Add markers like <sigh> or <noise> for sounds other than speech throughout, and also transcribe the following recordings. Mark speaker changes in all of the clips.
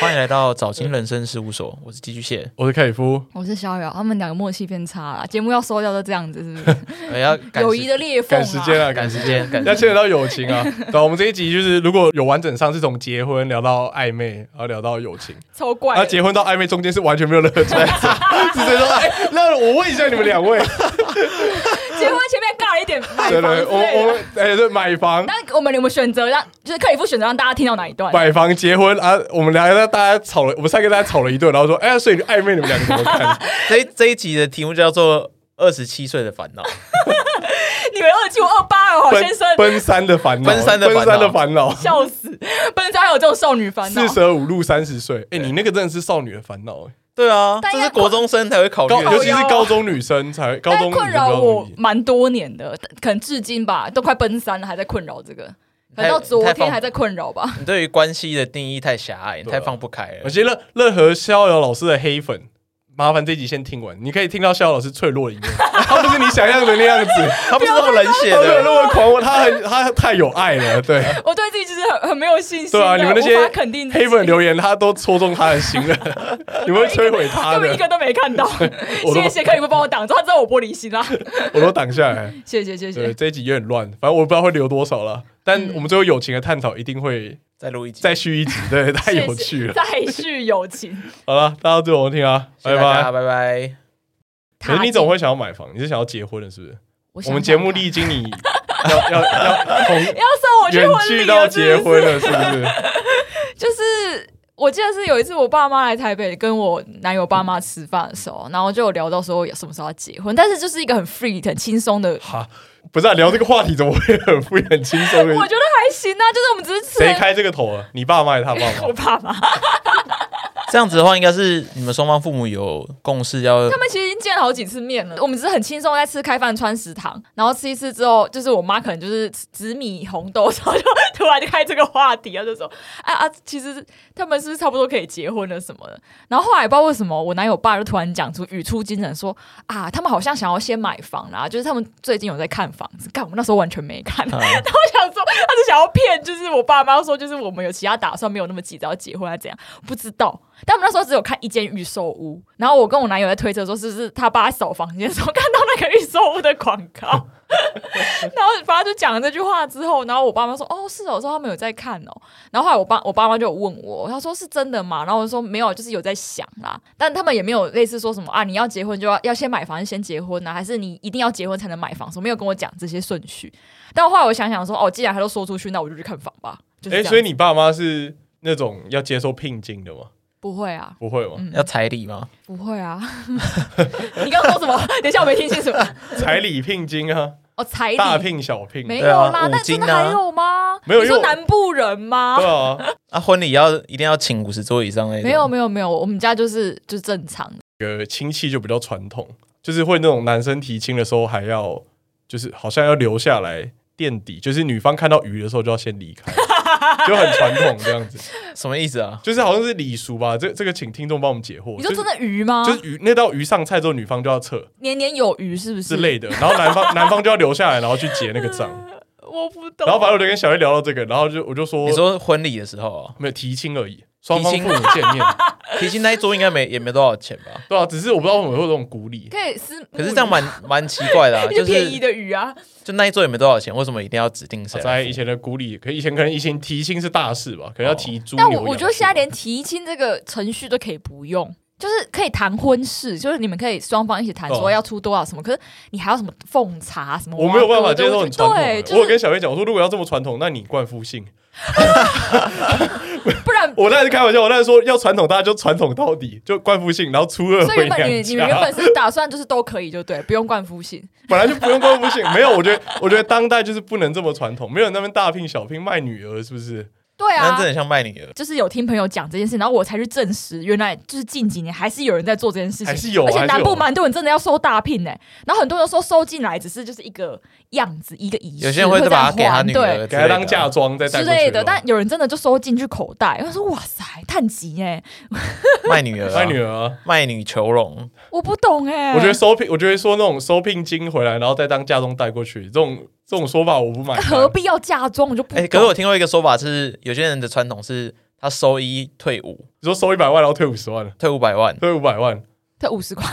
Speaker 1: 欢迎来到早金人生事务所，我是寄居蟹。
Speaker 2: 我是凯夫，
Speaker 3: 我是逍遥，他们两个默契变差了，节目要收掉就这样子，
Speaker 2: <laughs>
Speaker 3: 是不是？
Speaker 1: 我呃要赶
Speaker 3: 友
Speaker 1: 时
Speaker 3: 谊的裂缝
Speaker 2: 赶时间
Speaker 3: 啊！
Speaker 2: 啊，
Speaker 1: 赶
Speaker 2: 赶
Speaker 1: 时
Speaker 2: <laughs>
Speaker 1: 间，赶
Speaker 2: 要
Speaker 1: 时间
Speaker 2: 牵扯到友情啊。对，我们这一集就是如果有完整上，是从结婚聊到暧昧，然后聊到友情，
Speaker 3: 超怪
Speaker 2: 然后结婚到暧昧中间是完全没有任何转折，是谁说？哎，那我问一下你们两位，
Speaker 3: 结婚前面尬了
Speaker 2: <laughs>
Speaker 3: 一点买
Speaker 2: 对
Speaker 3: 房
Speaker 2: 对，
Speaker 3: 之
Speaker 2: 我
Speaker 3: 类
Speaker 2: 我
Speaker 3: 的。
Speaker 2: 们哎对，买房。
Speaker 3: 那我们有没有选择让，就是克里夫选择让大家听到哪一段？
Speaker 2: 买房、结婚啊，我们两个大家吵了，我们三个大家吵了一顿，然后说，哎、所以暧昧你们两个怎么看？
Speaker 1: 这一这一集的题目叫做《二十七岁的烦
Speaker 2: <laughs>
Speaker 1: 恼》，
Speaker 3: 你们二七五二八哦，好
Speaker 2: 奔
Speaker 3: 先生，
Speaker 2: 奔三的烦恼，
Speaker 1: 奔三的烦恼
Speaker 2: 奔三的烦恼，
Speaker 3: 笑死！奔三还有这种少女烦恼
Speaker 2: 四，舍五入三十岁，哎、你那个真的是少女的烦恼、哎
Speaker 1: 对啊，
Speaker 3: 但
Speaker 1: 这
Speaker 3: 应该
Speaker 1: 是国中生才会考虑
Speaker 2: 高，
Speaker 1: 的
Speaker 2: 尤
Speaker 1: 事
Speaker 2: 其
Speaker 1: 情，
Speaker 2: 是高中女生才，高中女生
Speaker 3: 但困
Speaker 2: 比较
Speaker 3: 扰
Speaker 2: 容
Speaker 3: 我
Speaker 2: 易。
Speaker 3: 蛮多年的，可能至今吧，都快奔三了，还在困扰这个，可能
Speaker 1: 太
Speaker 3: 到昨
Speaker 1: 太放
Speaker 3: 天还在困扰吧。 <laughs>
Speaker 1: 你对于关系的定义太狭隘，你
Speaker 2: 对啊
Speaker 1: 太放不开
Speaker 2: 我
Speaker 1: 了。
Speaker 2: 觉得任任何逍遥老师的黑粉，麻烦这集先听完，你可以听到逍遥老师脆弱
Speaker 3: <laughs>
Speaker 2: 的一面，他不是你想象的那样子，
Speaker 1: 他不是那么冷血
Speaker 2: 他没有
Speaker 1: 的，
Speaker 2: 那么狂妄，他很他太有爱了，
Speaker 3: <laughs>
Speaker 2: 对
Speaker 3: 我对自己就是很很没有信心的，
Speaker 2: 对啊，你们那些
Speaker 3: 无法肯定自己
Speaker 2: 黑粉留言，他都戳中他的心了，你
Speaker 3: <laughs>
Speaker 2: 们会摧毁他
Speaker 3: 根本一
Speaker 2: 的，
Speaker 3: 个都没看到。
Speaker 2: <laughs> 我都
Speaker 3: 谢谢克里夫帮我挡住，他知道我玻璃心啦。
Speaker 2: <laughs> 我都挡下来。
Speaker 3: 谢谢 <laughs> 谢
Speaker 2: 对，
Speaker 3: 谢，
Speaker 2: 这一集有点乱，反正我不知道会留多少了，但
Speaker 3: 嗯
Speaker 2: 我们最后友情的探讨一定会
Speaker 1: 再录一集，
Speaker 2: 再续一集，对，太
Speaker 3: 谢谢
Speaker 2: 有趣了。
Speaker 3: 再续友情。
Speaker 2: 好了，大家最后听啊，
Speaker 1: 谢
Speaker 2: 拜
Speaker 1: 谢大家，
Speaker 2: 拜。
Speaker 1: 拜拜。
Speaker 2: 可是你怎么会想要买房？你是想要结婚了，是不是？
Speaker 3: 我
Speaker 2: 我
Speaker 3: 想
Speaker 2: 们节
Speaker 3: 想
Speaker 2: 目
Speaker 3: 看
Speaker 2: 历经你要要要从
Speaker 3: 要送 <laughs> 我去
Speaker 2: 远
Speaker 3: 婚
Speaker 2: 距
Speaker 3: 礼
Speaker 2: 到
Speaker 3: 了，是
Speaker 2: 结
Speaker 3: 不
Speaker 2: 婚
Speaker 3: 是
Speaker 2: 了，是不是？ <laughs>
Speaker 3: 就是我记得是有一次我爸妈来台北跟我男友爸妈吃饭的时候，然后就有聊到说什么时候要结婚，但是就是一个很 free 很轻松的，我
Speaker 2: 哈，不是啊，聊这个话题怎么会很敷衍轻松的？
Speaker 3: 觉得还行啊，就是我们只是吃
Speaker 2: 谁
Speaker 3: 了
Speaker 2: 开这个头啊？你爸妈还是他爸
Speaker 3: 我
Speaker 2: 妈？
Speaker 3: 爸妈，
Speaker 1: 这样子的话，应该是你们双方父母有共识要
Speaker 3: 他。们其实已经见了好几次面了，我们只是很轻松在吃开饭川食堂，然后吃一次之后，就是我妈可能就是紫米红豆，然后就突然就开这个话题，然后就说 <laughs> 啊啊，其实他们是不是差不多可以结婚了什么的？然后后来不知道为什么，我男友爸就突然讲出语出惊人说啊，他们好像想要先买房啦，就是他们最近有在看房子，干我那时候完全没看，
Speaker 1: 啊
Speaker 3: 我想说，他是想要骗，就是我爸妈说，就是我们有其他打算，没有那么急着要结婚，还是怎样？不知道。但我们那时候只有看一间预售屋，然后我跟我男友在推测说，是不是他爸扫房间的时候看到那个预售屋的广告，
Speaker 2: <laughs>
Speaker 3: 然后反正就讲了这句话之后，然后我爸妈说，哦，是哦，说他们有在看哦。然后后来我爸我爸妈就有问我，他说是真的吗？然后我就说没有，就是有在想啦，但他们也没有类似说什么啊，你要结婚就要要先买房，先结婚啊，还是你一定要结婚才能买房？什么没有跟我讲这些顺序。但后来我想想说，哦，既然他都说出去，那我就去看房吧。就是
Speaker 2: 哎，
Speaker 3: 这样、
Speaker 2: 所以你爸妈是那种要接受聘金的吗？
Speaker 3: 不会啊，
Speaker 2: 不会吗？
Speaker 3: 嗯
Speaker 1: 要彩礼吗？
Speaker 3: 不
Speaker 2: <laughs>
Speaker 3: 会啊。你刚刚说什么？等一下我没听清楚。
Speaker 2: 彩礼聘金啊，
Speaker 3: 哦，彩礼
Speaker 2: 大聘小聘，
Speaker 3: 没
Speaker 2: 对
Speaker 3: 有啦，
Speaker 1: 对啊
Speaker 3: 那
Speaker 1: 五金
Speaker 3: 真
Speaker 1: 啊
Speaker 3: 的还有吗？
Speaker 2: 没有
Speaker 3: 你
Speaker 2: 因
Speaker 3: 说
Speaker 2: 为我
Speaker 3: 南部人吗？
Speaker 2: 啊，
Speaker 1: 啊，婚礼要一定要请五十桌以上那种。
Speaker 3: 没有没有没有，我们家就是就是正常的。
Speaker 2: 有个亲戚就比较传统，就是会那种男生提亲的时候还要，就是好像要留下来垫底，就是女方看到鱼的时候就要先离
Speaker 3: <laughs>
Speaker 2: 开，就很传统这样子，
Speaker 1: 什么意思啊？
Speaker 2: 就是好像是礼俗吧。这这个请听众帮我们解惑。
Speaker 3: 你说真
Speaker 2: 的？
Speaker 3: 的鱼吗？
Speaker 2: 就是鱼那道鱼上菜之后，女方就要撤
Speaker 3: 年年有余是不是？
Speaker 2: 之类的，然后男方男方就要留下来，然后去结那个账。
Speaker 3: 我不 <laughs> 懂。
Speaker 2: 然后反正我就跟小月聊到这个，然后就我就说，
Speaker 1: 你说婚礼的时候哦，
Speaker 2: 没有提亲而已，双方
Speaker 1: 提
Speaker 2: 父
Speaker 1: 亲
Speaker 2: 母见
Speaker 3: <laughs>
Speaker 2: 面，
Speaker 1: 提亲那一桌应该没也没多少钱吧？
Speaker 2: 对啊，只是我不知道为什么会有这种鼓励，
Speaker 3: 可以私，
Speaker 1: 可是
Speaker 3: <laughs>
Speaker 1: 这样蛮蛮奇怪的、啊，
Speaker 3: 一些
Speaker 1: 就
Speaker 3: 便宜
Speaker 1: 是
Speaker 3: 的鱼啊，
Speaker 1: 就那一桌也没多少钱，为什么一定要指定谁来付？
Speaker 2: 啊在以前的鼓励，可以前可能以前提亲是大事吧，
Speaker 1: 哦
Speaker 2: 可能要提猪牛
Speaker 3: 但
Speaker 2: 羊
Speaker 3: 我
Speaker 2: 吧。
Speaker 3: 我觉得现在连提亲这个程序都可以不用，就是可以谈婚事，就是你们可以双方一起谈
Speaker 2: 哦
Speaker 3: 说要出多少什么，可是你还要什么奉茶什么，
Speaker 2: 我没有办法接受很传统
Speaker 3: 对，
Speaker 2: 的。
Speaker 3: 就
Speaker 2: 我有
Speaker 3: 是
Speaker 2: 跟小月讲，我说如果要这么传统，那你冠夫姓。
Speaker 3: 不然。
Speaker 2: 我那是开玩笑，我那是说要传统，大家就传统到底，就冠夫姓，然后初二
Speaker 3: <laughs> 所以
Speaker 2: 回
Speaker 3: 原本你
Speaker 2: 娘
Speaker 3: 你们原
Speaker 2: 家。
Speaker 3: 本是打算就是都可以就对，不用冠夫姓。
Speaker 2: <laughs> 本来就不用冠夫姓，没有。我觉得我觉得当代就是不能这么传统，没有人在那边大聘小聘卖女儿，是不是？
Speaker 3: 对
Speaker 1: 那
Speaker 3: 啊
Speaker 1: 真的，很像卖女儿。
Speaker 3: 就是有听朋友讲这件事，然后我才去证实，原来就是近几年还是有人在做这件事情，
Speaker 2: 还是有啊
Speaker 3: 而且
Speaker 2: 还是有
Speaker 3: 南
Speaker 2: 啊
Speaker 3: 部蛮多人真的要收大聘呢、然后很多人说收进来只是就是一个样子，一个仪式，
Speaker 1: 有些人会
Speaker 3: 这
Speaker 1: 再把
Speaker 3: 样
Speaker 1: 它给他
Speaker 3: 还
Speaker 1: 女
Speaker 3: 对
Speaker 1: 儿之类的啊，
Speaker 2: 给她当嫁妆再带
Speaker 3: 之
Speaker 2: 过去
Speaker 3: 类的，
Speaker 2: 吧
Speaker 3: 但有人真的就收进去口袋，他说哇塞，探级哎，
Speaker 1: 卖女儿啊，
Speaker 2: 卖女儿啊。
Speaker 1: 卖女求
Speaker 3: <laughs>
Speaker 1: 荣，
Speaker 3: 我不懂哎、
Speaker 2: 我觉得收聘，我觉得说那种收聘金回来，然后再当嫁妆带过去，这种这种说法我不买单。
Speaker 1: 欸
Speaker 2: 哎
Speaker 3: 何必要嫁妆，我就不懂。
Speaker 1: 哎、可是我听过一个说法是，有些人的传统是。他收一退五，
Speaker 2: 你说收一百万，然后退五十万了，
Speaker 1: 退五百万。
Speaker 2: 退五百万，
Speaker 3: 这五十块，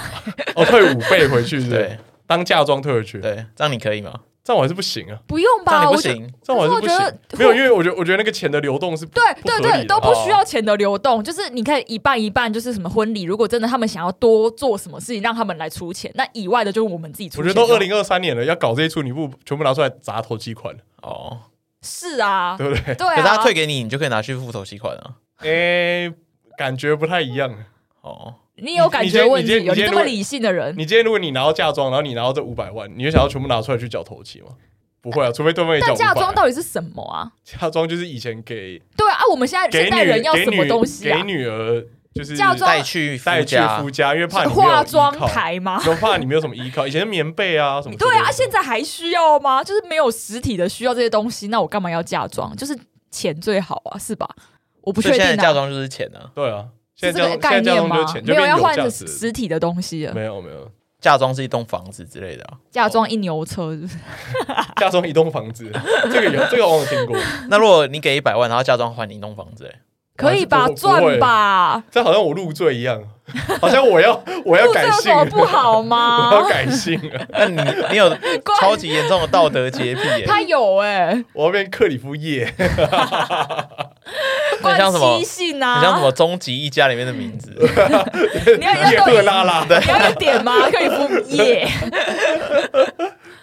Speaker 2: 哦，退五倍回去是不是
Speaker 1: 对？
Speaker 2: 当嫁妆退回去，
Speaker 1: 对，这样你可以吗？
Speaker 2: 这样我还是不行啊，
Speaker 3: 不用
Speaker 1: 这样你
Speaker 3: 吧？我
Speaker 1: 不
Speaker 3: 觉得
Speaker 1: 行。
Speaker 2: 这样还是不
Speaker 3: 可是我觉
Speaker 2: 行。
Speaker 3: 得
Speaker 2: 没有，因为我觉得我觉得那个钱的流动是不
Speaker 3: 对
Speaker 2: 不
Speaker 3: 对
Speaker 2: 合理
Speaker 3: 对，
Speaker 2: 的
Speaker 3: 都不
Speaker 1: 哦
Speaker 3: 需要钱的流动，就是你可以一半一半，就是什么婚礼，如果真的他们想要多做什么事情，让他们来出钱，那以外的就是我们自己出
Speaker 2: 我
Speaker 3: 钱哦
Speaker 2: 觉得
Speaker 3: 就好。
Speaker 2: 都二零二三年了，要搞这一出，你不全部拿出来砸投机款， <laughs>
Speaker 1: 哦，
Speaker 3: 是啊，
Speaker 2: 对不对？ <laughs>
Speaker 3: 对
Speaker 1: 可是
Speaker 3: 啊，
Speaker 1: 他退给你，你就可以拿去付头期款啊。
Speaker 2: 哎，感觉不太一样。
Speaker 1: 哦，
Speaker 3: 你有感
Speaker 2: 你
Speaker 3: 觉
Speaker 2: 今天
Speaker 3: 问
Speaker 2: 你
Speaker 3: 题
Speaker 2: 今天你今
Speaker 3: 哦，有你
Speaker 2: 天
Speaker 3: 这
Speaker 2: 如果
Speaker 3: 么理性的人，
Speaker 2: 你今天如果你拿到嫁妆，然后你拿到这五百万，你就想要全部拿出来去缴头期吗？不会啊，除非对方也缴
Speaker 3: 但
Speaker 2: 五百
Speaker 3: 嫁妆
Speaker 2: 啊。
Speaker 3: 到底是什么啊？
Speaker 2: 嫁妆就是以前给
Speaker 3: 对啊，啊我们现在
Speaker 2: 给
Speaker 3: 现
Speaker 2: 女
Speaker 3: 代人要
Speaker 2: 给
Speaker 3: 什么
Speaker 2: 女
Speaker 3: 东西啊
Speaker 2: 给？女儿就是
Speaker 3: 嫁妆
Speaker 1: 带去夫
Speaker 2: 带去
Speaker 1: 家
Speaker 2: 夫，家，因为怕你没有
Speaker 3: 化妆
Speaker 2: 依靠，
Speaker 3: 台吗？
Speaker 2: 就怕你没有什么依靠。以前棉被啊什么之类的，
Speaker 3: 对啊，现在还需要吗？就是没有实体的需要这些东西，那我干嘛要嫁妆？就是钱最好啊，是吧？我不
Speaker 1: 所以
Speaker 3: 确
Speaker 1: 现在
Speaker 3: 定
Speaker 1: 嫁
Speaker 3: 啊，
Speaker 1: 妆就是钱啊，
Speaker 2: 对啊，
Speaker 3: 是
Speaker 2: 现
Speaker 3: 这
Speaker 2: 在嫁现
Speaker 3: 个
Speaker 2: 在
Speaker 3: 概
Speaker 2: 嫁
Speaker 3: 念
Speaker 2: 妆
Speaker 3: 吗
Speaker 2: 就是钱，？就
Speaker 3: 没有
Speaker 2: 变
Speaker 3: 要
Speaker 2: 有
Speaker 3: 换
Speaker 2: 价
Speaker 3: 成
Speaker 2: 值
Speaker 3: 实体的东西了，
Speaker 2: 没有没有，
Speaker 1: 嫁妆是一栋房子之类的啊、
Speaker 3: 嫁妆一牛车是不是
Speaker 2: 嫁妆一栋房子，这个有这个我有听过，
Speaker 1: 那如果你给一百万，然后嫁妆还你一栋房子、欸，
Speaker 3: 可以吧？
Speaker 2: 不会
Speaker 3: 赚吧？
Speaker 2: 这好像我入罪一样，好像我要我要
Speaker 3: 入这
Speaker 2: 改
Speaker 3: 有
Speaker 2: 姓
Speaker 3: 什么，不好
Speaker 2: <laughs> 我要
Speaker 3: 吗？
Speaker 2: 改姓了，
Speaker 1: <laughs> 那你你有
Speaker 3: <laughs> 怪
Speaker 1: 超级严重的道德洁癖、欸，
Speaker 3: 他有哎、
Speaker 2: <laughs> 我要变克里夫叶。
Speaker 1: 很像什么
Speaker 3: 关西信
Speaker 1: 很像什
Speaker 3: 啊，
Speaker 1: 么《终极一家》里面的名字，
Speaker 2: 啊
Speaker 3: 你 <laughs> 要你要
Speaker 2: 赫拉拉
Speaker 3: 你要有点吗？可以
Speaker 2: <laughs>
Speaker 3: 不耶？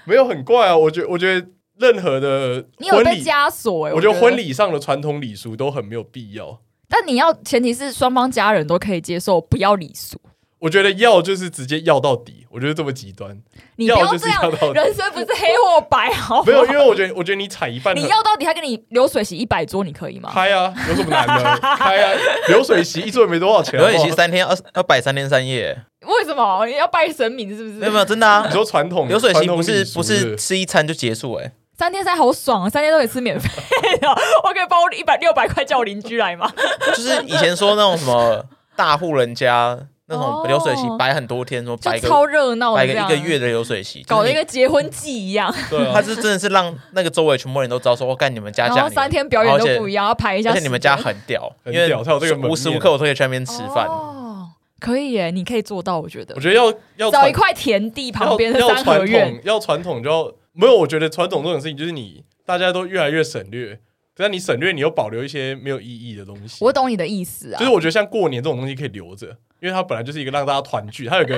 Speaker 2: 没有很怪啊，我觉我觉得任何的
Speaker 3: 你有
Speaker 2: 婚
Speaker 3: 被
Speaker 2: 礼，
Speaker 3: 枷锁哎、
Speaker 2: 我
Speaker 3: 觉
Speaker 2: 觉得婚，礼上的传统礼俗都很没有必要。
Speaker 3: 但你要前提是双方家人都可以接受，不要礼俗。
Speaker 2: 我觉得要就是直接要到底，我觉得这么极端，
Speaker 3: 你不
Speaker 2: 要
Speaker 3: 要
Speaker 2: 就是
Speaker 3: 这样
Speaker 2: 要到，底
Speaker 3: 人生不是黑或白，好不
Speaker 2: 没
Speaker 3: 好
Speaker 2: 有，？因为我觉得我觉得你踩一半
Speaker 3: 你
Speaker 2: 很
Speaker 3: 要到底，他跟你流水洗一百桌，你可以吗？
Speaker 2: 开啊，有什么难
Speaker 3: <laughs>
Speaker 2: 的？开啊，流水席一桌也没多少钱，
Speaker 1: 刘雨
Speaker 2: 好不
Speaker 1: 琦
Speaker 2: 好
Speaker 1: 三天二要摆三天三夜、
Speaker 3: 为什么你要拜神明？是不
Speaker 1: 没有
Speaker 3: 是
Speaker 1: 没？有真的啊
Speaker 2: 你，说传统
Speaker 1: 流水席不
Speaker 2: 传统礼
Speaker 1: 是
Speaker 2: 俗
Speaker 1: 不是 <laughs> 吃一餐就结束、欸，
Speaker 3: 三天三好爽啊，三天都可以吃免费
Speaker 1: <laughs>
Speaker 3: 的，我可以包一百六百块叫我邻居来吗？
Speaker 1: 就是以前说那种什么大户人家那
Speaker 3: 哦
Speaker 1: 种流水席摆很多天，说
Speaker 3: 就
Speaker 1: 摆
Speaker 3: 超
Speaker 1: 个
Speaker 3: 热闹的
Speaker 1: 摆
Speaker 3: 这
Speaker 1: 个
Speaker 3: 样，
Speaker 1: 一个月的流水席，
Speaker 3: 搞得
Speaker 1: 一
Speaker 3: 跟结婚季
Speaker 1: <laughs>
Speaker 3: 一样，
Speaker 2: 对
Speaker 1: 他
Speaker 2: 啊，
Speaker 1: 是真的是让那个周围全部人都知道说，我干你们家
Speaker 3: 然
Speaker 1: 嫁
Speaker 3: 后
Speaker 1: 女
Speaker 3: 三天表演都
Speaker 1: 而且
Speaker 3: 不一样，要排一下
Speaker 1: 而
Speaker 3: 时间。
Speaker 1: 且你们家很屌，
Speaker 2: 很
Speaker 1: 因
Speaker 2: 屌
Speaker 1: 为
Speaker 2: 才有这个门面
Speaker 1: 无时无刻我都可以去那边吃饭。
Speaker 3: 哦，可以耶，你可以做到，我觉得
Speaker 2: 我。觉得要要
Speaker 3: 找
Speaker 2: 传
Speaker 3: 一块田地旁边的
Speaker 2: 要
Speaker 3: 三
Speaker 2: 要
Speaker 3: 合
Speaker 2: 传
Speaker 3: 院，
Speaker 2: 统，要传统就要没有。我觉得传统这种事情就是你大家都越来越省略，但你省略你又保留一些没有意义的东西。
Speaker 3: 我懂你的意思啊。
Speaker 2: 就是我觉得像过年这种东西可以留着，因为它本来就是一个让大家团聚，它有一个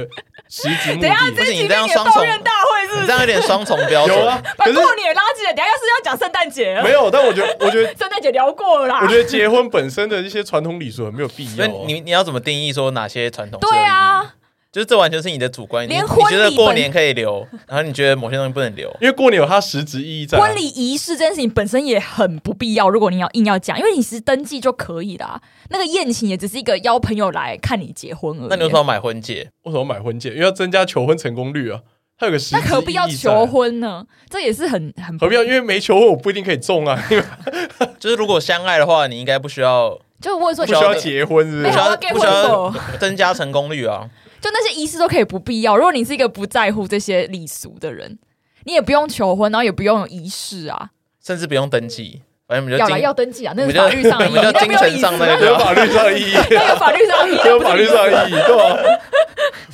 Speaker 2: 实质目
Speaker 3: <laughs> 等一下
Speaker 2: 的。
Speaker 3: 这
Speaker 1: 不是
Speaker 3: 期
Speaker 1: 你这
Speaker 3: 面
Speaker 1: 样
Speaker 3: 也
Speaker 1: 双重
Speaker 3: 抱怨大会是不
Speaker 1: 你
Speaker 3: 是
Speaker 1: 这？样有点双重标准
Speaker 2: 有，啊，
Speaker 3: 把
Speaker 2: 可是
Speaker 3: 过年拉进来，等一下要是要讲圣诞节了
Speaker 2: 没。有。但我觉得，我觉得， <laughs>
Speaker 3: 圣诞节聊过了啦
Speaker 2: 我。觉得结婚本身的一些传统礼俗很没有必
Speaker 1: 所
Speaker 2: 要
Speaker 1: 以
Speaker 2: 啊。
Speaker 1: 你你要怎么定义说哪些传统？
Speaker 3: 对，啊，
Speaker 1: 就是这完全是你的主观，你
Speaker 3: 连
Speaker 1: 你
Speaker 3: 婚礼
Speaker 1: 觉得过年可以留，然后你觉得某些东西不能留。
Speaker 2: 因为过年有它实质意义在啊。
Speaker 3: 婚礼仪式这件事情本身也很不必要。如果你要硬要讲，因为你是登记就可以啦，那个宴请也只是一个邀朋友来看你结婚而已。
Speaker 1: 那你为什么要买婚戒？
Speaker 2: 为什么买婚戒？因为要增加求婚成功率啊。它有个实质
Speaker 3: 那何必要
Speaker 2: 意义在啊
Speaker 3: 求？婚呢？这也是很很
Speaker 2: 何必要？因为没求婚我不一定可以中
Speaker 3: <laughs>
Speaker 2: 啊，因为
Speaker 1: 就是如果相爱的话，你应该不需要
Speaker 3: 就问说
Speaker 2: 不
Speaker 3: 你
Speaker 2: 需
Speaker 1: 晓
Speaker 2: 要
Speaker 1: 得
Speaker 2: 结婚，是不
Speaker 3: 没
Speaker 1: 不
Speaker 2: 是
Speaker 1: 需
Speaker 3: 有？我
Speaker 1: 要
Speaker 3: 要结
Speaker 1: 不需要
Speaker 3: 啊婚不？
Speaker 1: 增加成功率啊。
Speaker 3: 就那些仪式都可以不必要。如果你是一个不在乎这些礼俗的人，你也不用求婚，然后也不用有仪式啊。
Speaker 1: 甚至不用登记，反正我们就
Speaker 3: 要来
Speaker 1: 精
Speaker 3: 要登记啊，那
Speaker 1: 我
Speaker 3: 是
Speaker 1: 们
Speaker 3: 法律
Speaker 1: 就 <laughs>
Speaker 3: 上
Speaker 1: 我
Speaker 3: 的意义，
Speaker 1: 们就
Speaker 3: 那
Speaker 1: 精
Speaker 3: 没有
Speaker 1: 神
Speaker 3: 仪式
Speaker 1: 上那
Speaker 3: 啊，
Speaker 2: 这有
Speaker 1: 个
Speaker 2: 法律上的意义，
Speaker 3: 那有法律上
Speaker 1: <laughs>
Speaker 3: 的意义，
Speaker 2: 这有
Speaker 3: 那不
Speaker 2: 法
Speaker 3: 是
Speaker 2: 律
Speaker 3: 仪式
Speaker 2: 上的
Speaker 3: <laughs>
Speaker 2: 意义，对吧、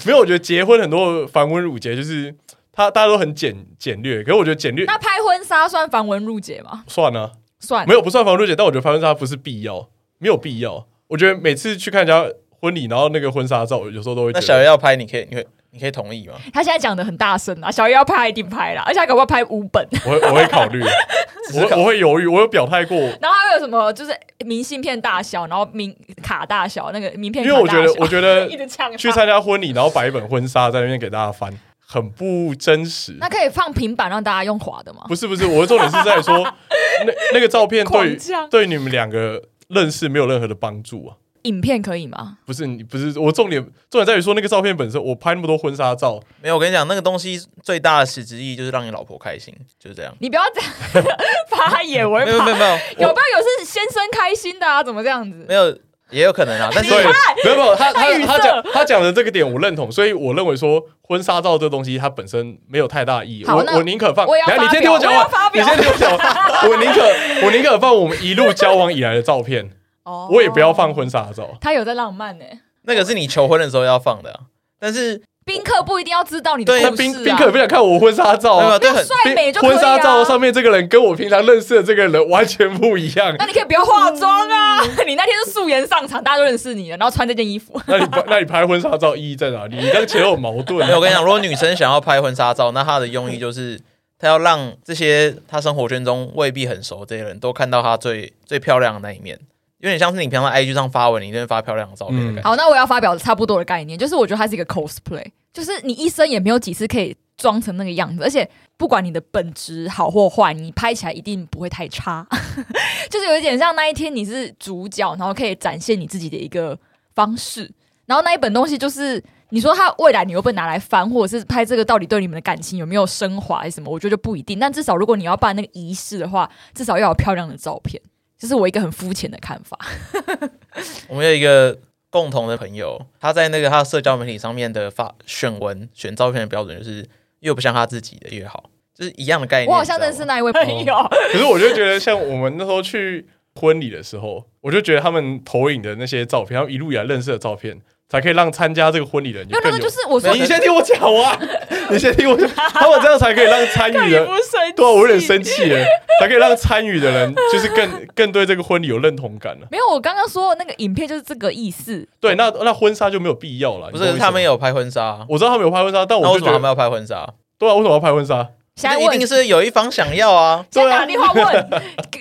Speaker 2: 没有，我觉得结婚很多繁文缛节，就是他大家都很简简略，可是我觉得简略
Speaker 3: 那拍婚纱算繁文缛节吗？
Speaker 2: 算了、
Speaker 3: 算
Speaker 2: 没有不算繁文缛节，但我觉得拍婚纱不是必要，没有必要。我觉得每次去看人家婚礼，然后那个婚纱照，我有时候都会
Speaker 1: 那
Speaker 2: 觉
Speaker 1: 小
Speaker 2: 得
Speaker 1: 月要拍，你可以，你会，你可以同意吗？
Speaker 3: 他现在讲的很大声啊，小叶要拍他一定拍啦，而且他搞不好拍五本，
Speaker 2: 我会我会考虑，
Speaker 1: 只是
Speaker 2: 我我会犹豫，我有表态过，
Speaker 3: 然后还有什么就是明信片大小，然后名卡大小， <laughs> 那个名片
Speaker 2: 因
Speaker 3: 卡
Speaker 2: 为
Speaker 3: 大小，
Speaker 2: 我觉得我觉
Speaker 3: 一
Speaker 2: 得
Speaker 3: 直呛他
Speaker 2: <laughs> 去参加婚礼，然后摆一本婚纱在那边给大家翻，很不真实。
Speaker 3: 那可以放平板让大家用滑的吗？
Speaker 2: <laughs> 不是不是，我的重点是在于
Speaker 3: <laughs>
Speaker 2: 说，那那个照片对于
Speaker 3: 狂呛
Speaker 2: 对你们两个认识没有任何的帮助啊。
Speaker 3: 影片可以吗？
Speaker 2: 不是你不是我重点重点在于说那个照片本身，我拍那么多婚纱照，
Speaker 1: 没有，我跟你讲，那个东西最大的实质意义就是让你老婆开心，就是这样。
Speaker 3: 你不要这样 <laughs> 发言，我
Speaker 1: 没
Speaker 3: 会
Speaker 1: 有
Speaker 3: 怕
Speaker 1: 没。有没有，
Speaker 3: 有
Speaker 1: 我
Speaker 3: 吧？有是先生开心的啊？怎么这样子？
Speaker 1: 没有也有可能啊，但是
Speaker 2: 对， <laughs> 没有没有，他
Speaker 3: 太
Speaker 2: 他
Speaker 3: 语塞
Speaker 2: 他讲他讲的这个点我认同，所以我认为说婚纱照这东西它本身没有太大意义，
Speaker 3: 好
Speaker 2: 我
Speaker 3: 那
Speaker 2: 我宁可放。
Speaker 3: 我也要
Speaker 2: 等一下你
Speaker 3: 发
Speaker 2: 先听
Speaker 3: 表
Speaker 2: 我讲
Speaker 3: 我也要
Speaker 2: 完
Speaker 3: 发，
Speaker 2: 你 <laughs>
Speaker 3: 表
Speaker 2: 先听我讲完，我宁可我宁可放我们一路交往以来的照片，
Speaker 3: 哦
Speaker 2: 我也不要放。婚纱照。
Speaker 3: 他有在浪漫呢、欸
Speaker 1: 那个是你求婚的时候要放的啊、但是
Speaker 3: 宾客不一定要知道你的
Speaker 1: 对
Speaker 2: 那
Speaker 3: 故事、啊。
Speaker 2: 宾宾客也不想看我婚纱照
Speaker 3: 哦
Speaker 1: 没有没
Speaker 2: 啊
Speaker 1: 有，对很
Speaker 3: 帅美就可以、啊、
Speaker 2: 婚纱照上面这个人跟我平常认识的这个人完全不一
Speaker 3: <laughs>
Speaker 2: 样。
Speaker 3: 那你可以不要化妆啊！ <laughs> 你那天是素颜上场，大家都认识你了，然后穿这件衣服。
Speaker 2: 那你拍那你拍婚纱照意义在哪里？你跟前后有矛盾啊
Speaker 1: 没。
Speaker 3: <laughs>
Speaker 1: 有，我跟你讲，如果女生想要拍婚纱照，那她的用意就是她要让这些她生活圈中未必很熟这些人都看到她最最漂亮的那一面，有点像是你平常在 IG 上发文，你一定会发漂亮的照片的
Speaker 2: 嗯
Speaker 1: 感觉。
Speaker 3: 好，那我要发表差不多的概念，就是我觉得它是一个 cosplay，就是你一生也没有几次可以装成那个样子，而且不管你的本质好或坏，你拍起来一定不会太差。 <laughs> 就是有一点像那一天你是主角，然后可以展现你自己的一个方式。然后那一本东西就是你说它未来你又被拿来翻，或者是拍这个到底对你们的感情有没有升华还是什么，我觉得就不一定。但至少如果你要办那个仪式的话，至少要有漂亮的照片。这是我一个很肤浅的看法。
Speaker 1: 我们有一个共同的朋友，他在那个他的社交媒体上面的发选文选照片的标准就是越不像他自己的越好，就是一样的概念。
Speaker 3: 我好像
Speaker 1: 哎你知道吗
Speaker 3: 认识那一位朋友，
Speaker 2: 可是我就觉得，像我们那时候去婚礼的时候，我就觉得他们投影的那些照片，他们一路以来认识的照片，才可以让参加这个婚礼的人
Speaker 3: 因为那
Speaker 2: 更
Speaker 3: 个
Speaker 2: 有。
Speaker 3: 就是我说
Speaker 1: 没有
Speaker 2: 你先听我讲啊，你先听我讲，他们这样才可以让参与的，
Speaker 3: <laughs>
Speaker 2: 对啊，我有点生气了，才可以让参与的人就是更更对这个婚礼有认同感啊了。
Speaker 3: 没有，我刚刚说的那个影片就是这个意思。
Speaker 2: 对，那那婚纱就没有必要了。
Speaker 1: 不
Speaker 2: 你懂我
Speaker 1: 是
Speaker 2: 意思
Speaker 1: 他们
Speaker 2: 吗，
Speaker 1: 有拍婚纱啊，
Speaker 2: 我知道他们有拍婚纱，但
Speaker 1: 那
Speaker 2: 哦我
Speaker 1: 为
Speaker 2: 就
Speaker 1: 什么他
Speaker 2: 觉得
Speaker 1: 们，要拍婚纱？
Speaker 2: 对啊，为什么要拍婚纱？
Speaker 3: 现在
Speaker 1: 一
Speaker 3: 问
Speaker 1: 定，是有一方想要啊。
Speaker 3: 现在打电话问， <laughs>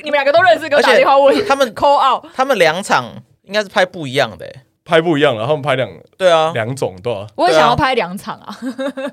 Speaker 3: 你们两个都认识，给我
Speaker 1: 而
Speaker 3: 打
Speaker 1: 且
Speaker 3: 电话 <laughs> 问
Speaker 1: 他们
Speaker 3: 扣 out。
Speaker 1: 他们两场应该是拍不一样的、欸，
Speaker 2: 拍不一样了，他们拍两
Speaker 1: 对啊，
Speaker 2: 两种，对吧？
Speaker 3: 我也想要拍两场啊， <laughs>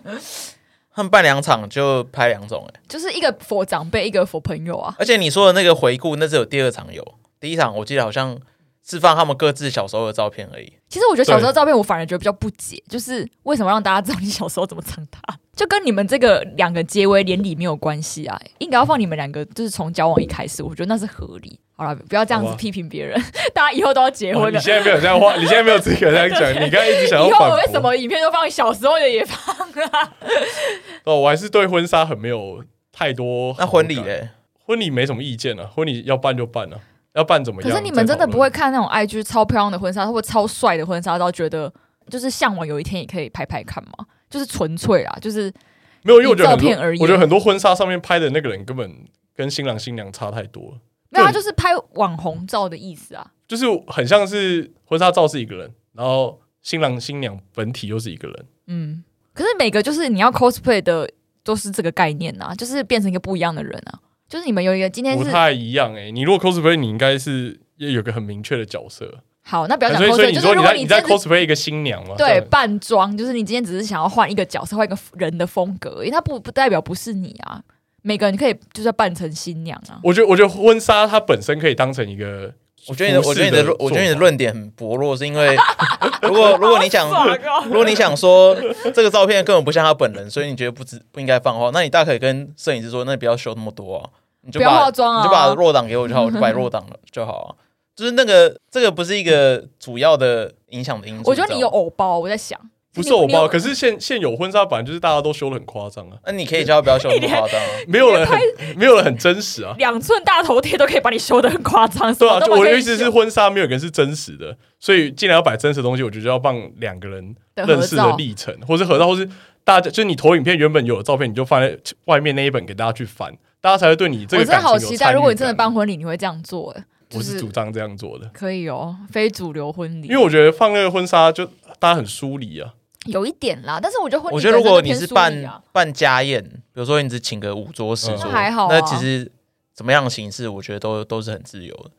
Speaker 1: 他们办两场就拍两种、欸，
Speaker 3: 就是一个 for 长辈，一个 for 朋友啊。
Speaker 1: 而且你说的那个回顾，那只有第二场有，第一场我记得好像是放他们各自小时候的照片而已。
Speaker 3: 其实我觉得小时候照片，我反而觉得比较不解，就是为什么让大家知道你小时候怎么长大， <laughs> 就跟你们这个两个结为连理没有关系啊，应该要放你们两个就是从交往一开始，我觉得那是合理。好了，不要这样子
Speaker 2: 好吧
Speaker 3: 批评别人， <laughs> 大家以后都要结
Speaker 2: 哇
Speaker 3: 婚
Speaker 2: 哦你
Speaker 3: 了。
Speaker 2: 现在没有这样话，你现在没有资格这样讲，你刚才一直想要
Speaker 3: <laughs> 以
Speaker 2: 反
Speaker 3: 后
Speaker 2: 驳。
Speaker 3: 我为什么影片都放小时候的也放
Speaker 2: <laughs>
Speaker 3: 啊？
Speaker 2: 哦，我还是对婚纱很没有太多好
Speaker 1: 那
Speaker 2: 感。
Speaker 1: 婚礼嘞，
Speaker 2: 婚礼没什么意见啊，婚礼要办就办啊，要办怎么
Speaker 3: 可
Speaker 2: 样？
Speaker 3: 是你们真的不会
Speaker 2: 再讨论
Speaker 3: 看那种 IG 超漂亮的婚纱或者超帅的婚纱照，觉得就是向往有一天也可以拍拍看吗？就是纯粹啦，就是
Speaker 2: 没有，因为我觉得很
Speaker 3: 以照片而
Speaker 2: 多
Speaker 3: 言，
Speaker 2: 我觉得很多婚纱上面拍的那个人根本跟新郎新娘差太多了，
Speaker 3: 没有，
Speaker 2: 对
Speaker 3: 它就是拍网红照的意思啊。
Speaker 2: 就是很像是婚纱照是一个人，然后新郎新娘本体又是一个人。
Speaker 3: 嗯，可是每个就是你要 cosplay 的都是这个概念啊，就是变成一个不一样的人啊。就是你们有一个今天
Speaker 2: 不
Speaker 3: 是
Speaker 2: 太一样哎、你如果 cosplay，你应该是要有个很明确的角色，
Speaker 3: 好，那不要讲
Speaker 2: 所以所
Speaker 3: cosplay，
Speaker 2: 以你
Speaker 3: 就
Speaker 2: 说
Speaker 3: 是如
Speaker 2: 你
Speaker 3: 果
Speaker 2: 在
Speaker 3: 你
Speaker 2: 你
Speaker 3: 今
Speaker 2: 在
Speaker 3: 天是
Speaker 2: cosplay 一个新娘嘛？这
Speaker 3: 对
Speaker 2: 样，
Speaker 3: 扮装，就是你今天只是想要换一个角色，换一个人的风格而已，它不不代表不是你啊。每个人可以就是要扮成新娘啊。
Speaker 2: 我觉得我觉得婚纱它本身可以当成一个
Speaker 1: 我觉得你的，
Speaker 2: 服
Speaker 1: 我
Speaker 2: 饰
Speaker 1: 觉得你的
Speaker 2: 的
Speaker 1: 论，我觉得你的
Speaker 2: 做法
Speaker 1: 论点很薄弱，是因
Speaker 2: <laughs>
Speaker 1: 为如果如果你想，如果你想说这个照片根本不像他本人，所以你觉得不值不应该放的话，那你大可以跟摄影师说，那你不要修那么多啊，你就
Speaker 3: 不要
Speaker 1: 把
Speaker 3: 化妆啊
Speaker 1: 你就把弱档给我就
Speaker 3: <laughs>
Speaker 1: 好，我就摆弱档了就好啊。就是那个这个不是一个主要的影响的因素。
Speaker 3: 我觉得你有
Speaker 1: 知道吗，
Speaker 3: 偶包，我在想，
Speaker 2: 不是偶
Speaker 3: 你有
Speaker 2: 包，可是现现有婚纱版就是大家都修的很夸张啊，
Speaker 1: 那你可以叫他不要修那么夸
Speaker 3: <laughs>
Speaker 1: 张啊。 <laughs>
Speaker 2: 没有人很 <laughs> 没有人很真实啊。
Speaker 3: 两寸大头贴都可以把你修的很夸张，
Speaker 2: 对啊，
Speaker 3: 什
Speaker 2: 就
Speaker 3: 么
Speaker 2: 我
Speaker 3: 都可以
Speaker 2: 的意思是，
Speaker 3: 修
Speaker 2: 婚纱没有一个人是真实的，所以既然要摆真实的东西，我觉得就要放两个人
Speaker 3: 的
Speaker 2: 认
Speaker 3: 合
Speaker 2: 识的
Speaker 3: 照，
Speaker 2: 历程，或是合照，或是大家就是你投影片原本有的照片，你就放在外面那一本给大家去翻，大家才会对你这
Speaker 3: 我
Speaker 2: 个
Speaker 3: 真的
Speaker 2: 感情啊
Speaker 3: 好
Speaker 2: 有
Speaker 3: 期
Speaker 2: 参
Speaker 3: 待，
Speaker 2: 与
Speaker 3: 如果你真的
Speaker 2: 感
Speaker 3: 办婚礼，你会这样做、欸，就
Speaker 2: 我是主张这样做的，
Speaker 3: 可以哦，非主流婚礼，
Speaker 2: 因为我觉得放那个婚纱就大家很疏离啊，
Speaker 3: 有一点啦，但是我觉得婚礼
Speaker 1: 我
Speaker 3: 本
Speaker 1: 觉得
Speaker 3: 身就
Speaker 1: 如果
Speaker 3: 偏疏离啊，
Speaker 1: 你是办办家宴，比如说你只请个五桌十桌，
Speaker 2: 嗯那
Speaker 3: 还好啊
Speaker 1: 那其实怎么样的形式，我觉得都都是很自由的。